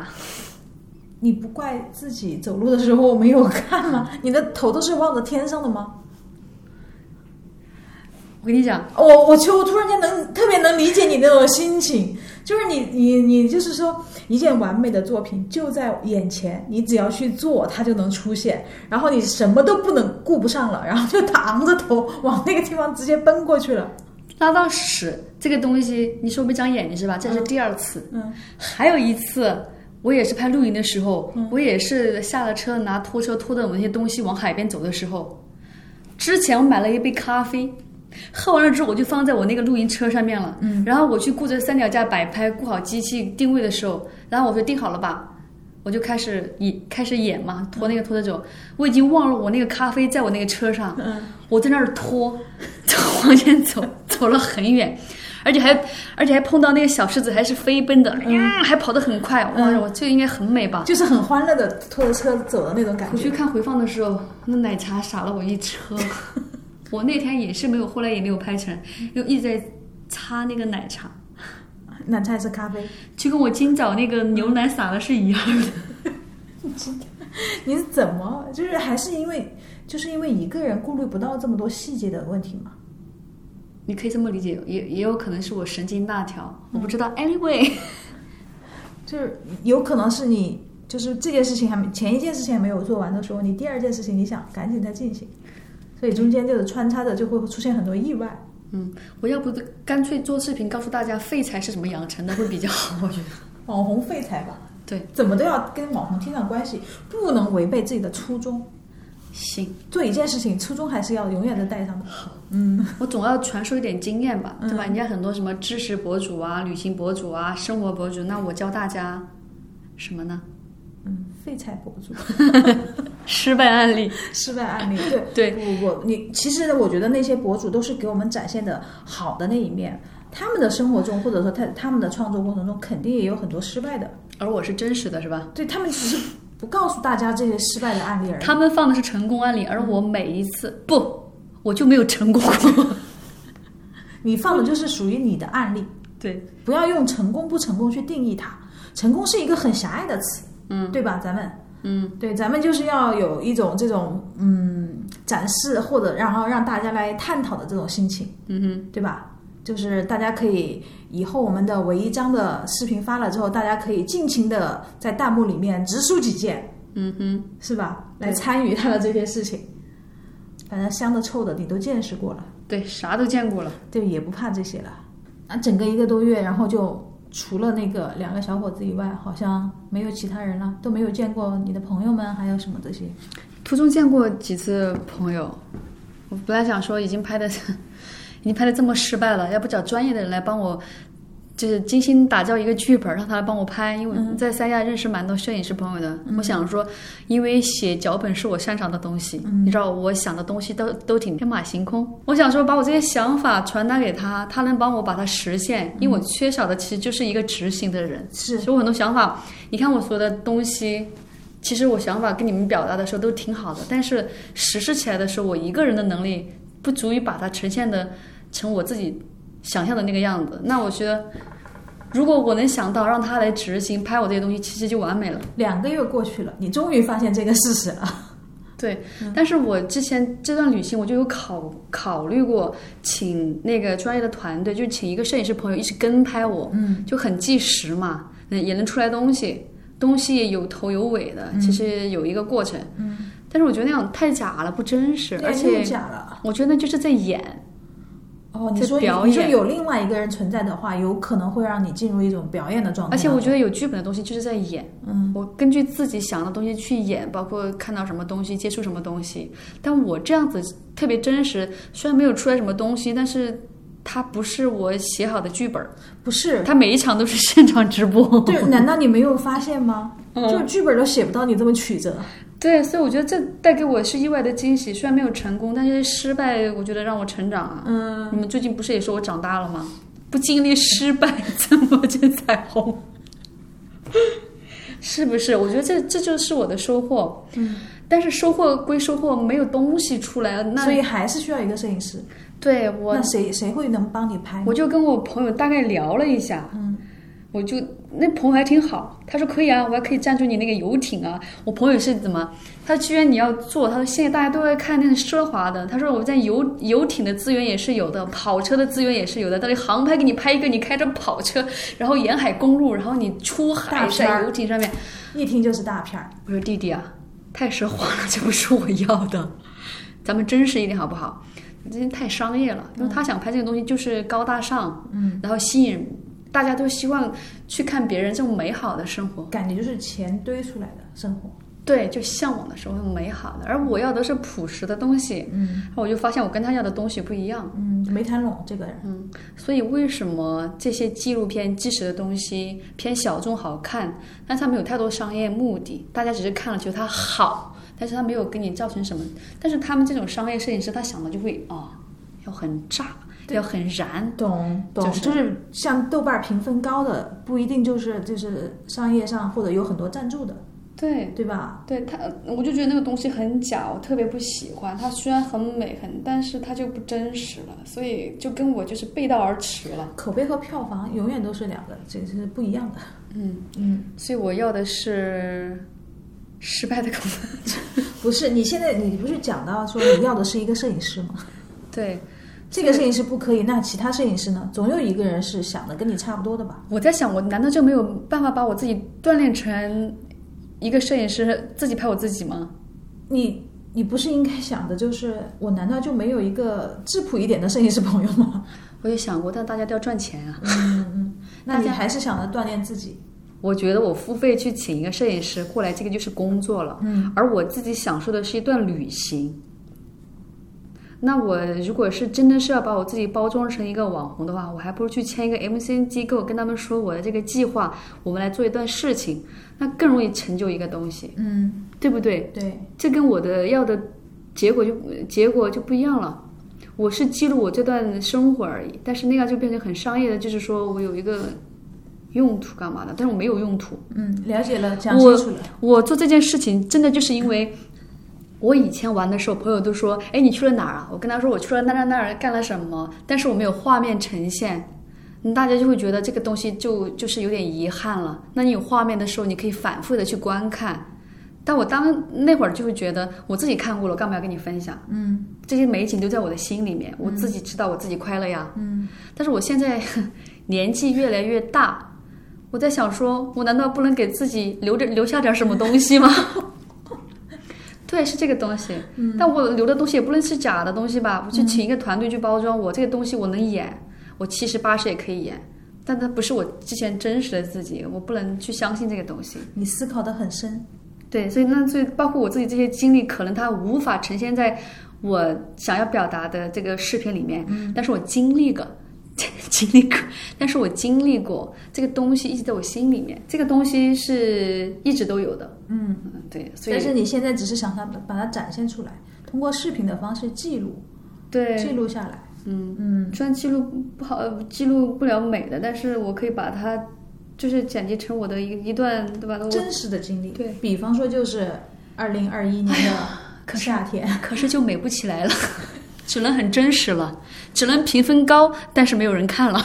S2: 你不怪自己走路的时候没有看吗？你的头都是望着天上的吗？
S1: 我跟你讲，
S2: 我我就突然间能特别能理解你那种心情，就是你你你就是说一件完美的作品就在眼前，你只要去做，它就能出现，然后你什么都不能顾不上了，然后就昂着头往那个地方直接奔过去了。
S1: 拉到屎这个东西，你说没长眼睛是吧？这是第二次，
S2: 嗯
S1: 还有一次。我也是拍露营的时候，
S2: 嗯
S1: 我也是下了车拿拖车拖着我那些东西往海边走的时候，之前我买了一杯咖啡，喝完了之后我就放在我那个露营车上面了。嗯，然后我去顾着三脚架摆拍，顾好机器定位的时候，然后我说定好了吧，我就开始演开始演嘛，拖那个拖着走，我已经忘了我那个咖啡在我那个车上，
S2: 嗯，
S1: 我在那儿拖， [LAUGHS] 就往前走， [LAUGHS] 走了很远，而且还而且还碰到那个小狮子，还是飞奔的，嗯，还跑得很快，哇，
S2: 嗯
S1: 我这应该很美吧？
S2: 就是很欢乐的拖着车走的那种感
S1: 回去
S2: 觉。
S1: 看回放的时候，那奶茶洒了我一车。 [LAUGHS] 我那天也是没有，后来也没有拍成，又一直在擦那个奶茶，
S2: 奶茶还是咖啡？
S1: 就跟我今早那个牛奶洒了是一样的。
S2: 你是怎么就是还是因为就是因为一个人顾虑不到这么多细节的问题吗？
S1: [LAUGHS] 你可以这么理解，也也有可能是我神经大条，我不知道。Anyway，
S2: 就是有可能是你就是这件事情还没前一件事情还没有做完的时候，你第二件事情你想赶紧再进行，所以中间就是穿插着就会出现很多意外。
S1: 嗯， [LAUGHS] 我要不干脆做视频告诉大家废材是怎么养成的会比较好，我觉得。
S2: 网红废材吧，
S1: [LAUGHS] 对，
S2: 怎么都要跟网红贴上关系，不能违背自己的初衷。
S1: 行，
S2: 做一件事情，初衷还是要永远的带上的。
S1: 好，
S2: 嗯，
S1: [LAUGHS] 我总要传授一点经验吧，对吧？
S2: 嗯
S1: 人家很多什么知识博主啊、旅行博主啊、生活博主，那我教大家什么呢？
S2: 嗯，废柴博主， [LAUGHS]
S1: 失败案例，
S2: 失败案例。对
S1: 对
S2: 不不不，你其实我觉得那些博主都是给我们展现的好的那一面，他们的生活中或者说他他们的创作过程中，肯定也有很多失败的，
S1: 而我是真实的，是吧？
S2: 对他们只是不告诉大家这些失败的案例而已。
S1: 他们放的是成功案例，而我每一次不，我就没有成功过。 [LAUGHS]
S2: 你放的就是属于你的案例，
S1: 对，
S2: 不要用成功不成功去定义它。成功是一个很狭隘的词，
S1: 嗯，
S2: 对吧？咱们，
S1: 嗯，
S2: 对，咱们就是要有一种这种嗯展示或者然后让大家来探讨的这种心情，
S1: 嗯哼，
S2: 对吧？就是大家可以以后我们的唯一章的视频发了之后，大家可以尽情的在弹幕里面直抒己见，
S1: 嗯哼，
S2: 是吧？
S1: 对
S2: 来参与他的这些事情，反正香的臭的你都见识过了。
S1: 对，啥都见过了。
S2: 对，也不怕这些了。啊，整个一个多月，然后就除了那个两个小伙子以外，好像没有其他人了，都没有见过你的朋友们，还有什么这些。
S1: 途中见过几次朋友，我本来想说已经拍的，已经拍的这么失败了，要不找专业的人来帮我，就是精心打造一个剧本，让他来帮我拍。因为我在三亚认识蛮多摄影师朋友的，我想说，因为写脚本是我擅长的东西，你知道我想的东西都都挺天马行空。我想说把我这些想法传达给他，他能帮我把它实现。因为我缺少的其实就是一个执行的人。
S2: 是
S1: 其实我很多想法，你看我所有的东西，其实我想法跟你们表达的时候都挺好的，但是实施起来的时候，我一个人的能力不足以把它呈现的成我自己想象的那个样子。那我觉得，如果我能想到让他来执行拍我这些东西，其实就完美了。
S2: 两个月过去了，你终于发现这个事实了。
S1: 对，但是我之前这段旅行我就有考考虑过，请那个专业的团队，就请一个摄影师朋友一直跟拍我，
S2: 嗯，
S1: 就很计时嘛，那也能出来东西，东西有头有尾的，其实有一个过程，嗯，但是我觉得那样太假了，不真实，而且
S2: 哎假了。
S1: 我觉得那就是在演，
S2: 哦，你
S1: 在
S2: 说你
S1: 表
S2: 你说
S1: 演
S2: 有另外一个人存在的话，有可能会让你进入一种表演的状态。
S1: 而且我觉得有剧本的东西就是在演，嗯，我根据自己想的东西去演，包括看到什么东西，接触什么东西。但我这样子特别真实，虽然没有出来什么东西，但是它不是我写好的剧本儿，
S2: 不是，
S1: 它每一场都是 [LAUGHS] 现场直播。 [LAUGHS]
S2: 对，难道你没有发现吗？
S1: 嗯啊
S2: 就剧本都写不到你这么曲折。
S1: 对，所以我觉得这带给我是意外的惊喜。虽然没有成功，但是失败我觉得让我成长啊。
S2: 嗯，
S1: 你们最近不是也说我长大了吗？不经历失败怎么见彩虹？ [LAUGHS] 是不是？我觉得这这就是我的收获。
S2: 嗯，
S1: 但是收获归收获，没有东西出来，那
S2: 所以还是需要一个摄影师。
S1: 对我
S2: 那谁谁会能帮你拍呢？
S1: 我就跟我朋友大概聊了一下，
S2: 嗯，
S1: 我就那朋友还挺好，他说可以啊，我还可以赞助你那个游艇啊。我朋友是怎么？他居然你要做，他说现在大家都在看那种奢华的，他说我在游游艇的资源也是有的，跑车的资源也是有的，但是航拍给你拍一个，你开着跑车，然后沿海公路，然后你出
S2: 大
S1: 海
S2: 片儿
S1: 在游艇上面。
S2: 一听就是大片儿。
S1: 我说弟弟啊，太奢华了，这不是我要的，咱们真实一点好不好？你这太商业了，因为他想拍这个东西就是高大上，嗯，然后吸引大家都希望去看别人这种美好的生活，
S2: 感觉就是钱堆出来的生活。
S1: 对，就向往的生活美好的，而我要的是朴实的东西，
S2: 嗯
S1: 然后我就发现我跟他要的东西不一样。
S2: 嗯，没谈拢这个人，
S1: 嗯，所以为什么这些纪录片纪实的东西偏小众好看，但它没有太多商业目的，大家只是看了觉得它好，但是它没有给你造成什么。但是他们这种商业摄影师，他想的就会哦，要很炸，要很燃，
S2: 懂懂，
S1: 就
S2: 就是是、像豆瓣评分高的，不一定就是就是商业上或者有很多赞助的，
S1: 对。
S2: 对吧？
S1: 对他，我就觉得那个东西很假，我特别不喜欢。它虽然很美，很，但是它就不真实了，所以就跟我就是背道而驰了。
S2: 口碑和票房永远都是两个，这是不一样的。
S1: 嗯，
S2: 嗯，
S1: 所以我要的是失败的恐
S2: [LAUGHS] 不是，你现在你不是讲到说你要的是一个摄影师吗？
S1: 对，
S2: 这个摄影师不可以，那其他摄影师呢？总有一个人是想的跟你差不多的吧？
S1: 我在想，我难道就没有办法把我自己锻炼成一个摄影师，自己拍我自己吗？
S2: 你你不是应该想的就是我难道就没有一个质朴一点的摄影师朋友吗？
S1: 我也想过，但大家都要赚钱啊。
S2: 那你还是想着锻炼自己。
S1: 我觉得我付费去请一个摄影师过来，这个就是工作了。
S2: 嗯，
S1: 而我自己享受的是一段旅行。那我如果是真的是要把我自己包装成一个网红的话，我还不如去签一个 MCN 机构，跟他们说我的这个计划，我们来做一段事情，那更容易成就一个东西，
S2: 嗯，
S1: 对不对？
S2: 对，
S1: 这跟我的要的结果就结果就不一样了。我是记录我这段生活而已，但是那样就变成很商业的，就是说我有一个用途干嘛的，但是我没有用途。
S2: 嗯，了解了，讲清楚了，
S1: 我做这件事情真的就是因为。我以前玩的时候，朋友都说：“哎，你去了哪儿啊？”我跟他说：“我去了那那那儿干了什么。”但是我没有画面呈现，嗯大家就会觉得这个东西就就是有点遗憾了。那你有画面的时候，你可以反复的去观看。但我当那会儿就会觉得我自己看过了，我干嘛要跟你分享？
S2: 嗯
S1: 这些美景都在我的心里面，我自己知道我自己快乐呀。
S2: 嗯
S1: 但是我现在 [LAUGHS] 年纪越来越大，我在想说，我难道不能给自己留着留下点什么东西吗？ [LAUGHS] 对，是这个东西。
S2: 嗯
S1: 但我留的东西也不能是假的东西吧？我去请一个团队去包装我、这个东西，我能演，我七十八十也可以演，但它不是我之前真实的自己，我不能去相信这个东西。
S2: 你思考的很深，
S1: 对，所以那所以包括我自己这些经历，可能它无法呈现在我想要表达的这个视频里面，
S2: 嗯
S1: 但是我经历过， [LAUGHS] 经历过，但是我经历过这个东西一直在我心里面，这个东西是一直都有的，
S2: 嗯，
S1: 嗯，对，所
S2: 但
S1: 以
S2: 是你现在只是想它把它展现出来，通过视频的方式记录，记
S1: 对，
S2: 录下来，
S1: 嗯，
S2: 嗯，
S1: 虽然记录不好，呃记录不了美的，但是我可以把它就是剪辑成我的一一段，对吧？我
S2: 真实的经历，
S1: 对，
S2: 比方说就是二零二一年的夏天，
S1: [LAUGHS] 可是就美不起来了， [LAUGHS] 只能很真实了，只能评分高，但是没有人看
S2: [LAUGHS]
S1: 了。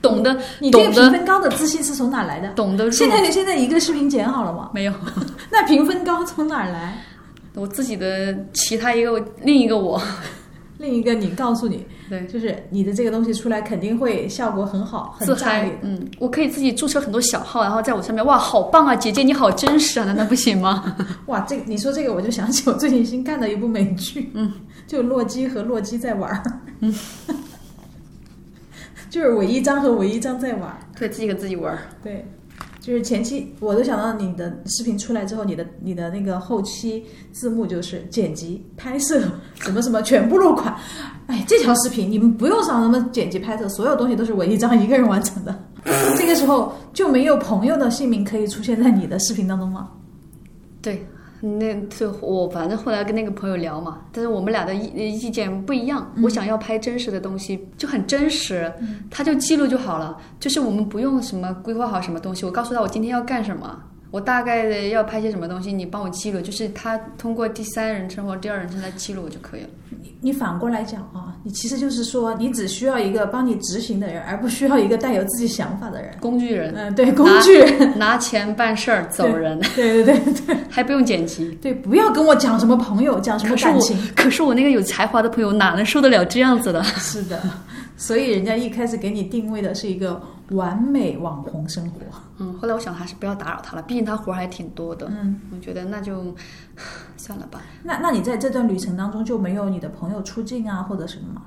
S1: 懂得
S2: 你对
S1: 懂
S2: 评
S1: 得
S2: 分高的自信是从哪来的？
S1: 懂得入
S2: 现在现在一个视频剪好了吗？ [LAUGHS]
S1: 没有
S2: 那评分高从哪儿来？
S1: 我自己的其他一个另一个我，
S2: 另一个，你告诉你，
S1: 对
S2: 就是你的这个东西出来肯定会效果很好，很
S1: 自
S2: 炸
S1: 嗨
S2: 裂，
S1: 嗯，我可以自己注册很多小号，然后在我上面哇，好棒啊，姐姐你好真实啊，难道不行吗？
S2: [LAUGHS] 哇，这个你说这个，我就想起我最近新看的一部美剧，嗯， [LAUGHS] 就洛基和洛基在玩儿， [LAUGHS] 嗯，就是伪一章和伪一章在玩儿，
S1: 对自己和自己玩儿，
S2: 对，就是前期我都想到你的视频出来之后，你的你的那个后期字幕就是剪辑、拍摄什么什么全部落款，哎，这条视频你们不用想什么剪辑拍摄，所有东西都是伪一章一个人完成的， [LAUGHS] 这个时候就没有朋友的姓名可以出现在你的视频当中吗？
S1: 对。那最后我反正后来跟那个朋友聊嘛，但是我们俩的意意见不一样。我想要拍真实的东西，就很真实，他就记录就好了。就是我们不用什么规划好什么东西，我告诉他我今天要干什么，我大概的要拍些什么东西，你帮我记录。就是他通过第三人称或第二人称来记录就可以了。
S2: 你你反过来讲啊，你其实就是说，你只需要一个帮你执行的人，而不需要一个带有自己想法的人。
S1: 工具人，
S2: 嗯，对，工具人，
S1: 拿钱办事儿走人，
S2: [LAUGHS] 对对对对
S1: 还不用剪辑。 [LAUGHS]
S2: 对，不要跟我讲什么朋友，讲什么
S1: 可是
S2: 感
S1: 我
S2: 情。， [LAUGHS]
S1: 可是我那个有才华的朋友哪能受得了这样子的？
S2: 是的，所以人家一开始给你定位的是一个完美网红生活。
S1: 嗯，后来我想还是不要打扰他了，毕竟他活儿还挺多的。
S2: 嗯，
S1: 我觉得那就 [SIGHS] 算了吧。
S2: 那那你在这段旅程当中就没有你的朋友出镜啊，或者什么吗？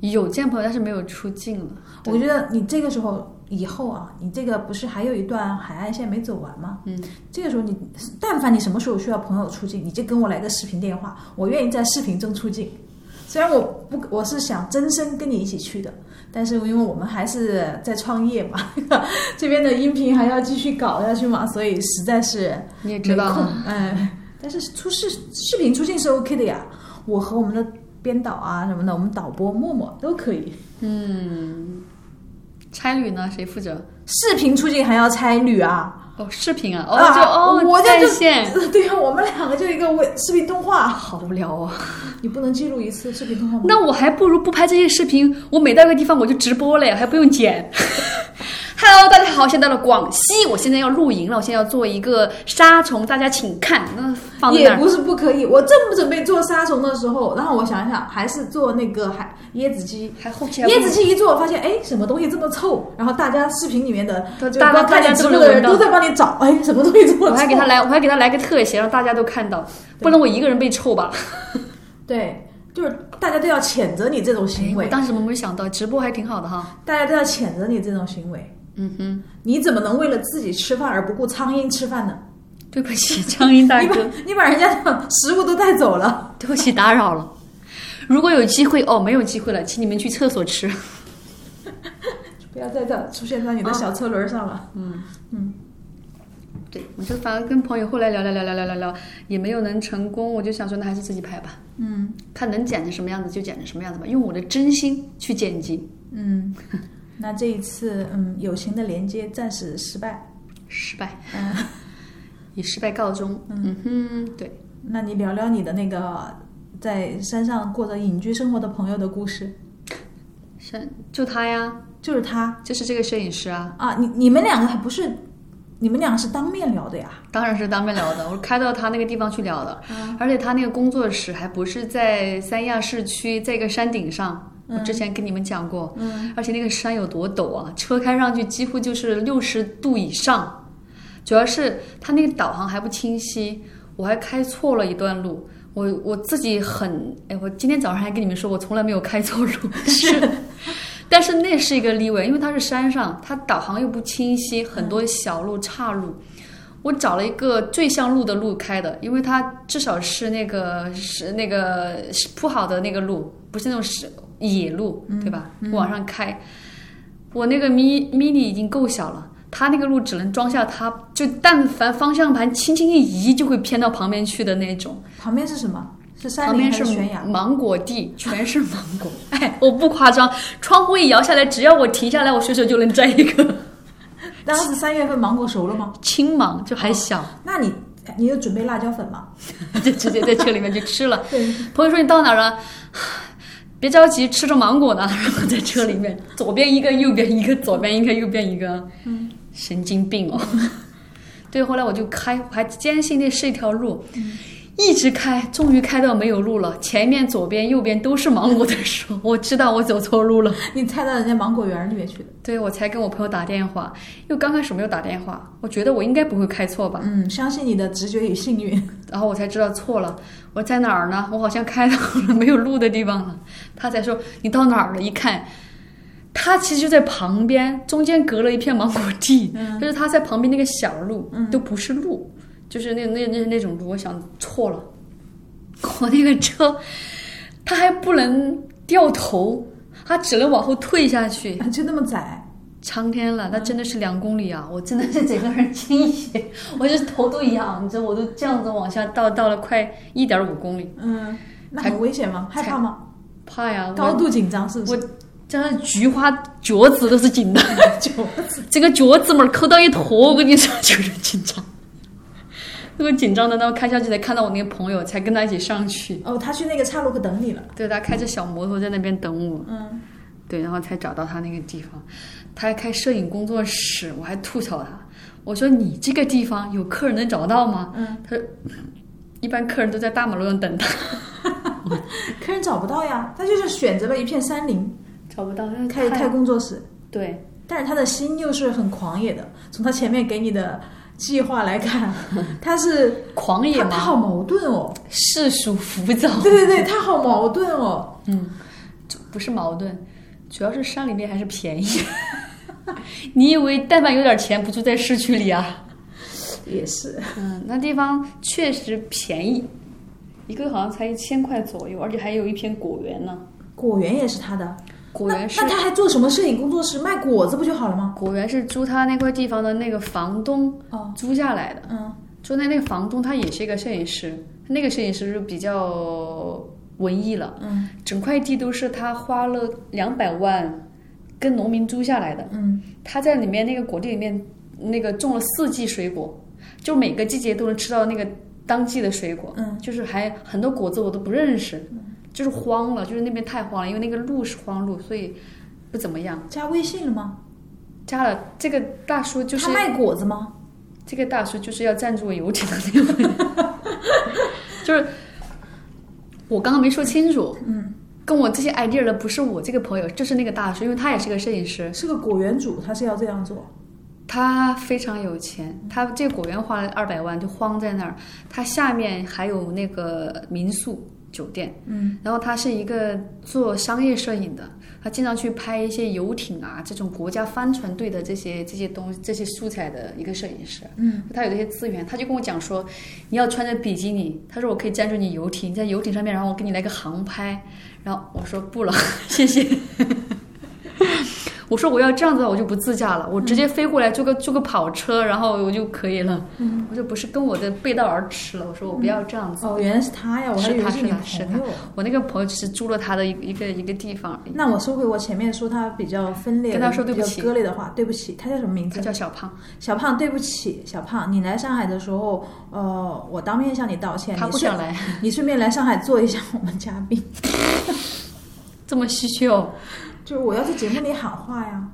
S1: 有见朋友，但是没有出镜了。对
S2: 我觉得你这个时候以后啊，你这个不是还有一段海岸线没走完吗？
S1: 嗯，
S2: 这个时候你，但凡你什么时候需要朋友出镜，你就跟我来个视频电话，我愿意在视频中出镜。虽然我不我是想真身跟你一起去的，但是因为我们还是在创业嘛， [LAUGHS] 这边的音频还要继续搞下去嘛，所以实在是
S1: 你也
S2: 没
S1: 知道
S2: 空
S1: 啊，。
S2: 哎，但是出视视频出镜是 OK 的呀，我和我们的编导啊什么的，我们导播默默都可以。
S1: 嗯，差旅呢？谁负责？
S2: 视频出镜还要差旅啊？
S1: 哦，视频啊，哦，
S2: 啊
S1: 就哦，
S2: 我这
S1: 在
S2: 就
S1: 线，
S2: [LAUGHS] 对啊，我们两个就一个微视频通话，
S1: 好无聊啊！
S2: 你不能记录一次视频通话吗？
S1: 那我还不如不拍这些视频，我每到一个地方我就直播嘞，还不用剪。Hello，大家好，现在到了广西，我现在要露营了，我现在要做一个杀虫，大家请看。那放在那
S2: 也
S1: 儿
S2: 不是不可以，我正准备做杀虫的时候，然后我想一想，还是做那个海椰子鸡。
S1: 还后期还
S2: 椰子鸡一做，发现哎，什么东西这么臭？然后大家视频里面的，
S1: 大
S2: 就
S1: 大
S2: 光看
S1: 大家
S2: 你直
S1: 都
S2: 播
S1: 能
S2: 的人
S1: 闻到
S2: 都在帮你找，哎，什么东西这么
S1: 我
S2: 臭？
S1: 还给他来，我还给他来个特写，让大家都看到，不能我一个人被臭吧？
S2: 对，就是大家都要谴责你这种行
S1: 我
S2: 为，
S1: 当时怎么没想到，直播还挺好的哈。
S2: 大家都要谴责你这种行为。
S1: 嗯哼，
S2: 你怎么能为了自己吃饭而不顾苍蝇吃饭呢？
S1: 对不
S2: [LAUGHS]
S1: 起，江阴大
S2: 你把
S1: 哥，
S2: 你把人家的食物都带走了，
S1: 对不起，打扰了。如果有机会哦，没有机会了，请你们去厕所吃。 [LAUGHS]
S2: 不要再在出现在你的小车轮上了。
S1: 对，我就反正跟朋友后来聊聊聊聊聊聊聊，也没有能成功，我就想说那还是自己拍吧，
S2: 嗯
S1: 看能剪成什么样子就剪成什么样子吧，用我的真心去剪辑。
S2: 嗯，那这一次嗯友情的连接暂时失败。
S1: 失败
S2: 嗯，
S1: [LAUGHS] 以失败告终。嗯哼，对，
S2: 那你聊聊你的那个在山上过着隐居生活的朋友的故事，
S1: 是就他呀，
S2: 就是他
S1: 就是这个摄影师啊，
S2: 啊，你你们两个还不是，你们两个是当面聊的呀？
S1: 当然是当面聊的， [LAUGHS] 我开到他那个地方去聊的，而且他那个工作室还不是在三亚市区，在一个山顶上。我之前跟你们讲过，
S2: 嗯，
S1: 而且那个山有多陡啊，车开上去几乎就是六十度以上。主要是它那个导航还不清晰，我还开错了一段路。我我自己很哎，我今天早上还跟你们说，我从来没有开错路，但是但是那是一个例外，因为它是山上，它导航又不清晰，很多小路岔路。我找了一个最像路的路开的，因为它至少是那个是那个是铺好的那个路，不是那种是野路，对吧？往上开，我那个 mini mini 已经够小了，它那个路只能装下它，就但凡方向盘轻轻一移，就会偏到旁边去的那种。
S2: 旁边是什么？是山
S1: 旁
S2: 林
S1: 边
S2: 还
S1: 是
S2: 悬崖？
S1: 芒果地，全是芒果。 [LAUGHS] 哎，我不夸张，窗户一摇下来，只要我停下来，我随手就能摘一个
S2: 当时三月份芒果熟了吗？
S1: 青芒，就还小，
S2: 那你你有准备辣椒粉吗？
S1: 就直接在车里面就吃了。
S2: 对，
S1: 朋友说你到哪儿了？ [SIGHS] 别着急，吃着芒果呢。 [LAUGHS] 然后在车里面，左边一个，右边一个，左边一个，右边一个。嗯，神经病哦。 [LAUGHS] 对，后来我就开，我还坚信那是一条路，一直开，终于开到没有路了。前面、左边、右边都是芒果的时候，我知道我走错路了。
S2: [LAUGHS] 你猜到人家芒果园里面去的。
S1: 对，我才跟我朋友打电话，因为刚开始没有打电话，我觉得我应该不会开错吧。
S2: 嗯，相信你的直觉与幸运。
S1: 然后我才知道错了，我在哪儿呢？我好像开到了没有路的地方了。他才说你到哪儿了？一看，他其实就在旁边，中间隔了一片芒果地，就是他在旁边那个小路、都不是路，就是那那那那种路。我想错了， [LAUGHS] 我那个车，他还不能掉头，他只能往后退下去。
S2: [LAUGHS] 就那么窄，
S1: 苍天了，那真的是两公里啊！我真的是整个人倾斜， [LAUGHS] 我就是头都仰着，我都这样子往下倒，倒了快一点五公里，
S2: 嗯，那很危险吗？害怕吗？
S1: 怕呀！我
S2: 高度紧张是不 [LAUGHS] 是？
S1: 真的菊花脚趾都是紧的， [LAUGHS] 这个脚趾门抠到一坨，我跟你说就是紧张。 [LAUGHS] 那个紧张的，然后开下去才看到我那个朋友，才跟他一起上去。
S2: 哦，他去那个岔路口等你了。
S1: 对他开着小摩托在那边等我，
S2: 嗯，
S1: 对，然后才找到他那个地方。他还开摄影工作室，我还吐槽他，我说你这个地方有客人能找到吗？
S2: 嗯，
S1: 他说一般客人都在大马路上等他，
S2: 客人找不到呀，他就是选择了一片山林
S1: [LAUGHS] 找不到，但是
S2: 开
S1: 太
S2: 开工作室，
S1: 对，
S2: 但是他的心又是很狂野的。从他前面给你的计划来看，他是
S1: [LAUGHS] 狂野
S2: 他他
S1: 嘛，
S2: 好矛盾
S1: [LAUGHS]
S2: 哦，
S1: 世俗浮躁，
S2: 对对对，他好矛盾哦。
S1: 不是矛盾，主要是山里面还是便宜。 [LAUGHS] 你以为但凡有点钱，不住在市区里 [LAUGHS] 啊？
S2: 也是，
S1: 嗯，那地方确实便宜，一个好像才一千块左右，而且还有一片果园呢。
S2: 果园也是他的，
S1: 果园是
S2: 那那他还做什么摄影工作室卖果子不就好了吗？
S1: 哦果园是租他那块地方的那个房东
S2: 哦
S1: 租下来的，
S2: 嗯
S1: 租那那个房东他也是一个摄影师，那个摄影师就比较文艺了，
S2: 嗯
S1: 整块地都是他花了两百万跟农民租下来的，
S2: 嗯，
S1: 他在里面那个果地里面那个种了四季水果，就每个季节都能吃到那个当季的水果，
S2: 嗯，
S1: 就是还很多果子我都不认识，就是荒了，就是那边太荒了，因为那个路是荒路，所以不怎么样。
S2: 加微信了吗？
S1: 加了这个大叔就是
S2: 他卖果子吗？
S1: 这个大叔就是要赞助我游艇的那个人， [LAUGHS] 就是我刚刚没说清楚，
S2: 嗯，
S1: 跟我这些 idea 的不是我这个朋友，就是那个大叔，因为他也是个摄影师，
S2: 是个果园主，他是要这样做。
S1: 他非常有钱，他这个果园花了二百万就荒在那儿，他下面还有那个民宿，酒店，
S2: 嗯，
S1: 然后他是一个做商业摄影的，他经常去拍一些游艇啊这种国家帆船队的这些这些东西这些素材的一个摄影师，
S2: 嗯，
S1: 他有这些资源，他就跟我讲说，你要穿着比基尼，他说我可以站住你游艇，你在游艇上面，然后我给你来个航拍，然后我说不了， [LAUGHS] 谢谢。我说我要这样子的话，我就不自驾了，
S2: 嗯
S1: 我直接飞过来坐个坐个跑车，然后我就可以了。
S2: 嗯
S1: 我说不是跟我的背道而驰了，我说我不要这样子。
S2: 哦，原来是他呀，我还以为你
S1: 是他是他
S2: 朋友。
S1: 我那个朋友只是租了他的一个一个一个地方而已，
S2: 那我收回我前面说他比较分裂的、
S1: 跟他说对不起
S2: 比较割裂的话，对不起，他叫什么名
S1: 他
S2: 字？
S1: 叫小胖，
S2: 小胖，对不起，小胖，你来上海的时候，呃，我当面向你道歉。
S1: 他不
S2: 你顺
S1: 想，来， [LAUGHS]
S2: 你顺 [LAUGHS] 便来上海做一下我们嘉宾。
S1: 这么稀缺哦。
S2: 就是我要在节目里喊话呀，啊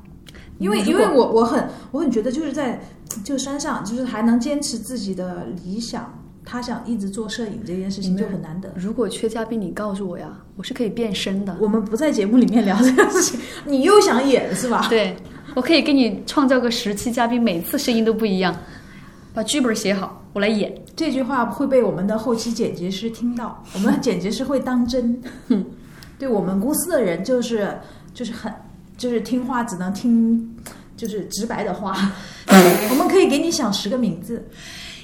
S2: 因为
S1: 嗯
S2: 因
S1: 如
S2: 为
S1: 果
S2: 我我很我很觉得就是在这个山上，就是还能坚持自己的理想，他想一直做摄影这件事情
S1: 你们
S2: 就很难得。
S1: 如果缺嘉宾，你告诉我呀，我是可以变身的。
S2: 我们不在节目里面聊这个事 [LAUGHS] 情，你又想演是
S1: [LAUGHS]
S2: 吧？
S1: 对，我可以给你创造个十期嘉宾，每次声音都不一样，把剧本写好，我来演。
S2: 这句话会被我们的后期剪辑师听到，我们剪辑师会当 [LAUGHS] 真。对我们公司的人就是就是很就是听话，只能听就是直白的 [LAUGHS] 话。我们可以给你想十个名字，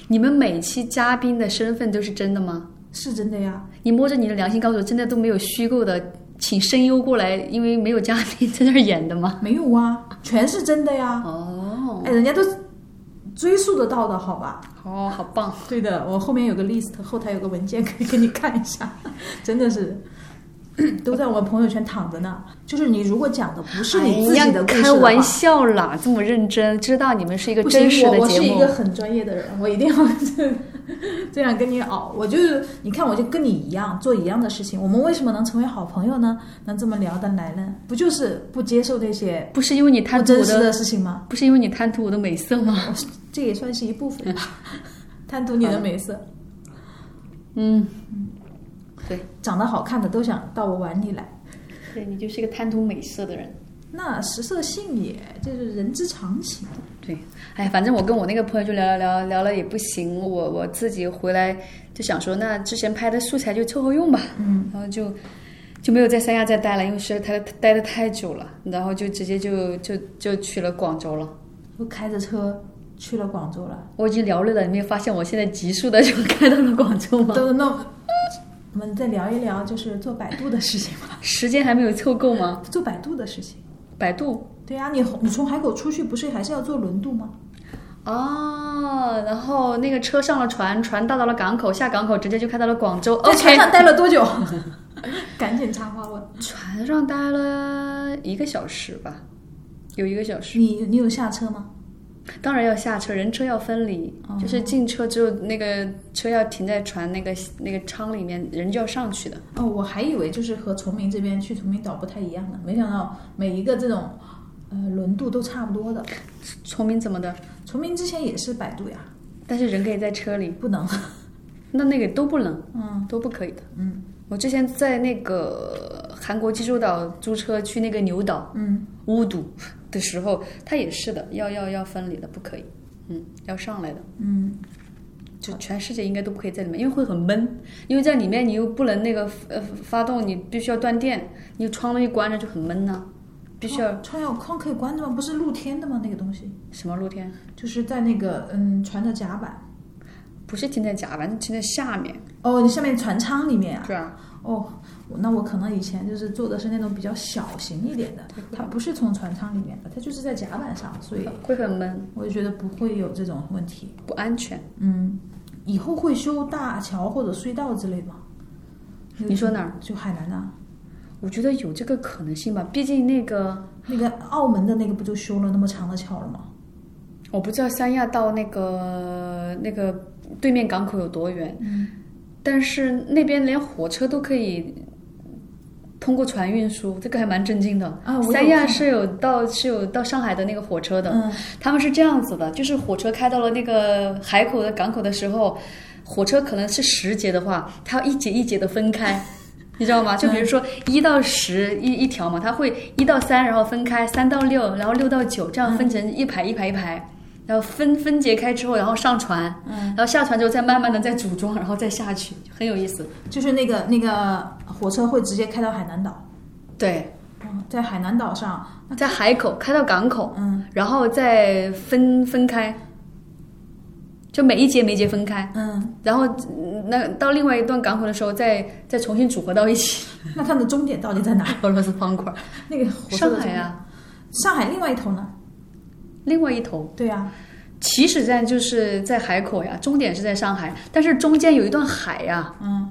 S1: 你们每期嘉宾的身份都是真的吗？
S2: 是真的呀。
S1: 你摸着你的良心告诉我，真的都没有虚构的，请声优过来，因为没有嘉宾在这儿演的吗？
S2: 没有啊，全是真的呀。
S1: 哦，
S2: 哎，人家都追溯得到的，好吧？
S1: 哦，好棒！
S2: 对的，我后面有个 list，后台有个文件可以给你看一下， [LAUGHS] 真的是。都在我朋友圈躺着呢，就是你如果讲的不是你自己的
S1: 哎
S2: 故事
S1: 呀开
S2: 的话，
S1: 玩笑啦，这么认真，知道你们是一个
S2: 不
S1: 真
S2: 行，
S1: 实
S2: 我
S1: 的
S2: 我
S1: 节
S2: 是一
S1: 目
S2: 个。很专业的人，我一定要 [LAUGHS] 这样跟你熬。我就是你看，我就跟你一样做一样的事情。我们为什么能成为好朋友呢？能这么聊得来呢？不就是不接受这些
S1: 不是因为你
S2: 不
S1: 贪图
S2: 真
S1: 我
S2: 实
S1: 的，
S2: 的事情吗？
S1: 不是因为你贪图我的美色
S2: [LAUGHS]
S1: 吗？
S2: 这也算是一部分吧， [LAUGHS] 贪图你的美色。
S1: 嗯，
S2: 长得好看的都想到我碗里来，
S1: 对你就是一个贪图美色的人。
S2: 那食色性也，这是人之常情。
S1: 对，哎，反正我跟我那个朋友就聊聊聊聊了也不行，我我自己回来就想说，那之前拍的素材就凑合用吧，
S2: 嗯，
S1: 然后就就没有在三亚再待了，因为实在待得待的太久了，然后就直接就就就去了广州了。
S2: 我开着车去了广州了，
S1: 我已经聊累了，你没有发现我现在急速的就开到了广州吗？
S2: 都那我们再聊一聊，就是做百度的事情吧。
S1: 时间还没有凑够吗？
S2: 做百度的事情，
S1: 百度
S2: 对呀、你你从海口出去不是还是要坐轮渡吗？
S1: 哦，然后那个车上了船，船到达了港口，下港口直接就开到了广州。哦
S2: 在船
S1: OK，
S2: 上待了多久？ [LAUGHS] 赶紧插话问，
S1: 船上待了一个小时吧，有一个小时。
S2: 你你有下车吗？
S1: 当然要下车，人车要分离，
S2: 哦
S1: 就是进车之后，那个车要停在船那个那个舱里面，人就要上去的。
S2: 哦，我还以为就是和崇明这边去崇明岛不太一样呢，没想到每一个这种呃轮渡都差不多的。
S1: 聪明怎么的？
S2: 崇明之前也是百度呀，
S1: 但是人可以在车里，
S2: 不能。
S1: 那那个都不能，
S2: 嗯
S1: 都不可以的。
S2: 嗯
S1: 我之前在那个韩国济州岛租车去那个牛岛，
S2: 嗯，
S1: 巫毒 [LAUGHS] 的时候，它也是的，要要要分离的，不可以，嗯，要上来的，
S2: 嗯，
S1: 就全世界应该都不可以在里面，因为会很闷，因为在里面你又不能那个呃发动，你必须要断电，你窗户一关着就很闷呐、必须要、
S2: 窗窗要框可以关的吗？不是露天的吗？那个东西
S1: 什么露天，
S2: 就是在那个嗯船的甲板
S1: 不是停在甲板，停在下面，
S2: 哦，你下面船舱里面啊
S1: 对啊，
S2: 哦，我那我可能以前就是做的是那种比较小型一点的，它不是从船舱里面的，它就是在甲板上，所以
S1: 会很闷，
S2: 我就觉得不会有这种问题。
S1: 不安全。
S2: 嗯，以后会修大桥或者隧道之类吗？嗯
S1: 你说哪儿？
S2: 就海南啊，
S1: 我觉得有这个可能性吧，毕竟那个
S2: 那个澳门的那个不就修了那么长的桥了吗？
S1: 我不知道三亚到那个那个对面港口有多远，
S2: 嗯，
S1: 但是那边连火车都可以通过船运输，这个还蛮震惊的。
S2: 啊，我有
S1: 三亚
S2: 看
S1: 是有到是有到上海的那个火车的，
S2: 嗯，
S1: 他们是这样子的，就是火车开到了那个海口的港口的时候，火车可能是十节的话，它要一节一节的分开。你知道吗？就比如说一到十一一条嘛，它会一到三，然后分开三到六，然后六到九，这样分成一排一排一排，然后分分解开之后，然后上船，嗯，然后下船之后再慢慢的再组装，然后再下去，很有意思。
S2: 嗯就是那个那个火车会直接开到海南岛，
S1: 对，
S2: 嗯，在海南岛上，
S1: 在海口开到港口，
S2: 嗯
S1: 然后再分分开，就每一节每一节分开，
S2: 嗯，
S1: 然后嗯那到另外一段港口的时候再再重新组合到一起。 [LAUGHS]
S2: 那它的终点到底在哪？
S1: 俄罗斯方块，
S2: 那个火车
S1: 上
S2: 的终
S1: 海
S2: 点，
S1: 啊，
S2: 上海另外一头呢？
S1: 另外一头。
S2: 对啊呀、
S1: 起始站就是在海口呀，终点是在上海，但是中间有一段海呀，
S2: 嗯，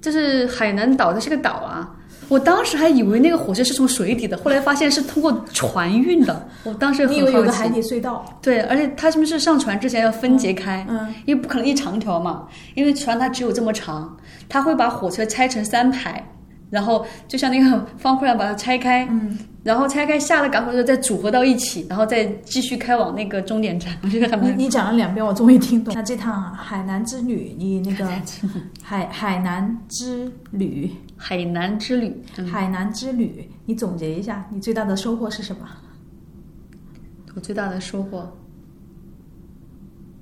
S1: 就是海南岛，它是个岛啊。我当时还以为那个火车是从水底的，后来发现是通过船运的。我当时
S2: 你以为
S1: 很
S2: 有
S1: 好
S2: 个海
S1: 奇，
S2: 底隧道？
S1: 对，而且它是不是上船之前要分节开？
S2: 嗯，
S1: 因为不可能一长条嘛，因为船它只有这么长，它会把火车拆成三排，然后就像那个方块一样把它拆开，
S2: 嗯，
S1: 然后拆开下了港口之后再组合到一起，然后再继续开往那个终点站。我觉得还蛮
S2: 你你讲了两遍，我终于听懂。那这趟海南之旅，你那个
S1: 哎
S2: 海海南之旅，
S1: 海南之旅，
S2: 海南之旅，你总结一下，你最大的收获是什么？
S1: 我最大的收获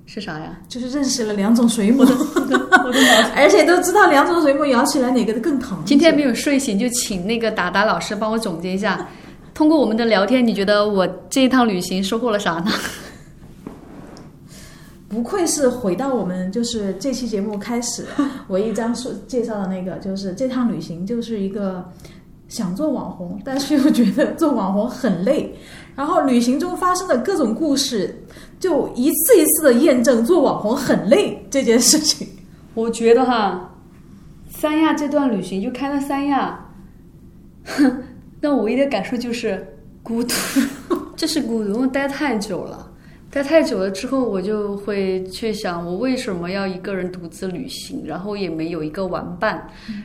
S1: 是啥呀？
S2: 就是认识了两种水母，
S1: 我的脑
S2: [LAUGHS] 而且都知道两种水母咬起来哪个更疼。
S1: 今天没有睡醒，就请那个达达老师帮我总结一下。通过我们的聊天，你觉得我这一趟旅行收获了啥呢？
S2: 不愧是回到我们就是这期节目开始，唯一张说介绍的那个，就是这趟旅行就是一个想做网红，但是又觉得做网红很累，然后旅行中发生的各种故事，就一次一次的验证做网红很累这件事情。 [LAUGHS]
S1: 我觉得哈，三亚这段旅行就开到三亚， [LAUGHS] 哼，那我唯一的感受就是孤独，这是孤独，因为待太久了，待太久了之后，我就会去想，我为什么要一个人独自旅行，然后也没有一个玩伴，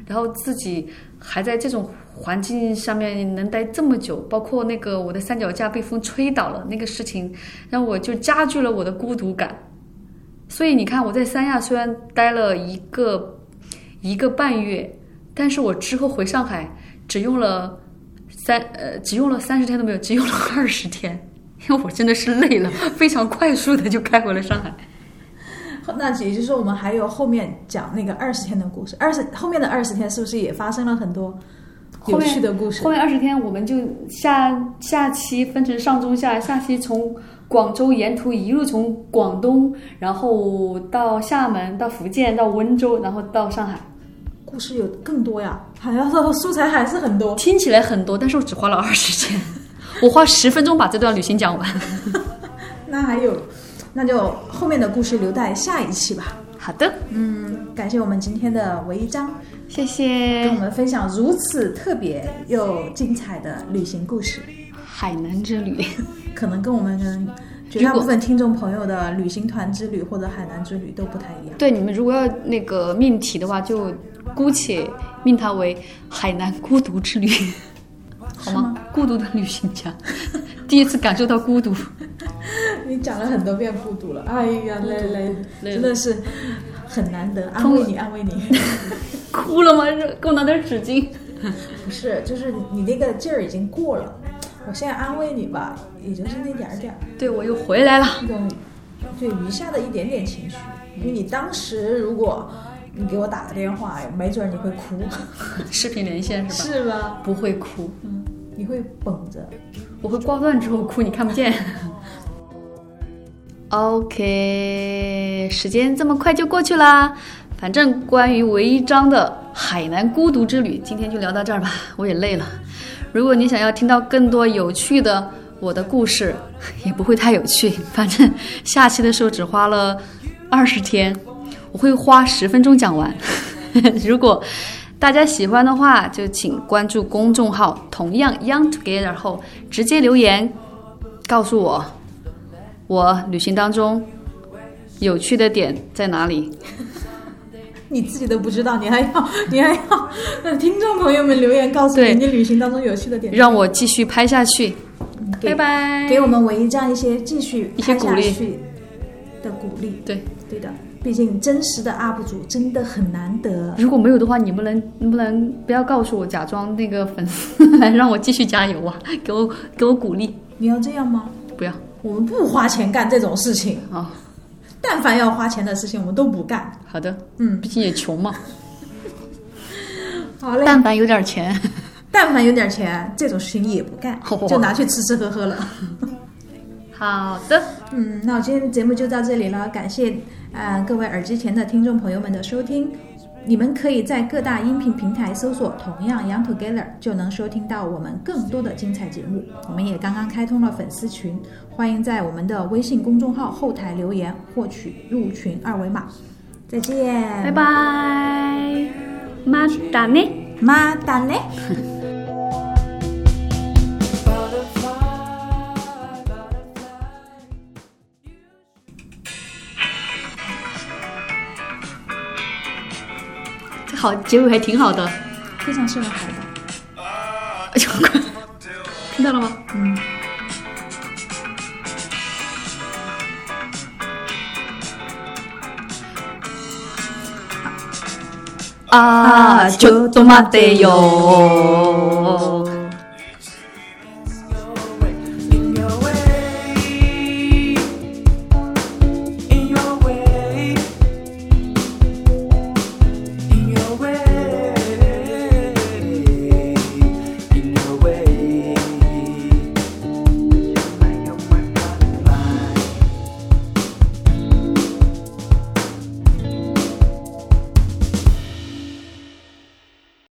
S1: 然后自己还在这种环境下面能待这么久，包括那个我的三脚架被风吹倒了那个事情，让我就加剧了我的孤独感。所以你看，我在三亚虽然待了一个一个半月，但是我之后回上海只用了三呃，只用了三十天都没有，只用了 [LAUGHS] 二十天，因为我真的是累了， [LAUGHS] 非常快速的就开回了上海。
S2: 那也就是说，我们还有后面讲那个二十天的故事，二十后面的二十天是不是也发生了很多有趣的故事
S1: 后？面二十天我们就下下期分成上中下，下期从广州沿途一路从广东，然后到厦门，到福建，到温州，然后到上海。
S2: 故事有更多呀，好像说素材还是很多。
S1: 听起来很多，但是我只花了二十天， [LAUGHS] 我花十分钟把这段旅行讲完。
S2: 那还有，那就后面的故事留待下一期吧。
S1: 好的，
S2: 嗯，感谢我们今天的韦一章，
S1: 谢
S2: 跟我
S1: 谢
S2: 们分享如此特别又精彩的旅行故事，
S1: 海南之 [LAUGHS] 旅。
S2: 可能跟我们绝大部分听众朋友的旅行团之旅或者海南之旅都不太一样。
S1: 对，你们如果要那个命题的话，就姑且命它为海南孤独之旅， [LAUGHS] 好吗？孤独的旅行家， [LAUGHS] 第一次感受到孤独。
S2: [LAUGHS] 你讲了很多遍孤独了，哎呀，累累，
S1: 嗯累
S2: 真的是很难得，安
S1: 通
S2: 慰你，安慰你。
S1: 哭了吗？给我拿点纸巾。
S2: [LAUGHS] 不是，就是你那个劲儿已经过了，我现在安慰你吧，也就是那点儿点儿。
S1: 对，我又回来了。
S2: 这种对余下的一点点情绪，因为你当时如果你给我打个电话，没准你会哭，
S1: 视频连线是吧？
S2: 是吧？
S1: 不会哭，
S2: 嗯，你会绷着。
S1: 我会挂断之后哭，你看不见。OK，时间这么快就过去啦。反正关于唯一章的海南孤独之旅，今天就聊到这儿吧，我也累了。如果你想要听到更多有趣的我的故事，也不会太有趣。反正下期的时候只花了二十天，我会花十分钟讲完。 [LAUGHS] 如果大家喜欢的话，就请关注公众号，同样 Young Together 后直接留言告诉我，我旅行当中有趣的点在哪里。
S2: 你自己都不知道，你还要 [LAUGHS] 你还要让听众朋友们留言告诉你
S1: 对
S2: 你旅行当中有趣的点，
S1: 让我继续拍下去。
S2: 给
S1: 拜拜。
S2: 给我们唯一这样一些继续
S1: 一些
S2: 拍下
S1: 鼓励
S2: 去的鼓励。
S1: 对，
S2: 对的，毕竟真实的 UP 主真的很难得。
S1: 如果没有的话，你们能能不能不要告诉我，假装 [LAUGHS] 那个粉丝来让我继续加油啊，给我给我鼓励，
S2: 你要这样吗？
S1: 不要，
S2: 我们不花钱干这种事情，
S1: 啊，
S2: 但凡要花钱的事情，我们都不干。
S1: 好的，
S2: 嗯，
S1: 毕竟也穷嘛，
S2: 好嘞，
S1: 但凡有点钱，
S2: 但凡有点钱，这种事情也不干
S1: 哇，
S2: 就拿去吃吃喝喝了。
S1: [LAUGHS] 好的，
S2: 嗯，那我今天节目就到这里了，感谢啊、呃各位耳机前的听众朋友们的收听。你们可以在各大音频平台搜索“同样 Young Together” 就能收听到我们更多的精彩节目。我们也刚刚开通了粉丝群，欢迎在我们的微信公众号后台留言获取入群二维码。再见，
S1: 拜拜，马达呢？
S2: 马达呢？
S3: Butterfly, butterfly.
S1: 这好，结尾还挺好的， [LAUGHS]
S2: 非常适合孩子。
S1: 哎呦快听到了吗？
S2: 嗯。
S1: 啊啊
S2: ちょっと待って
S1: よ。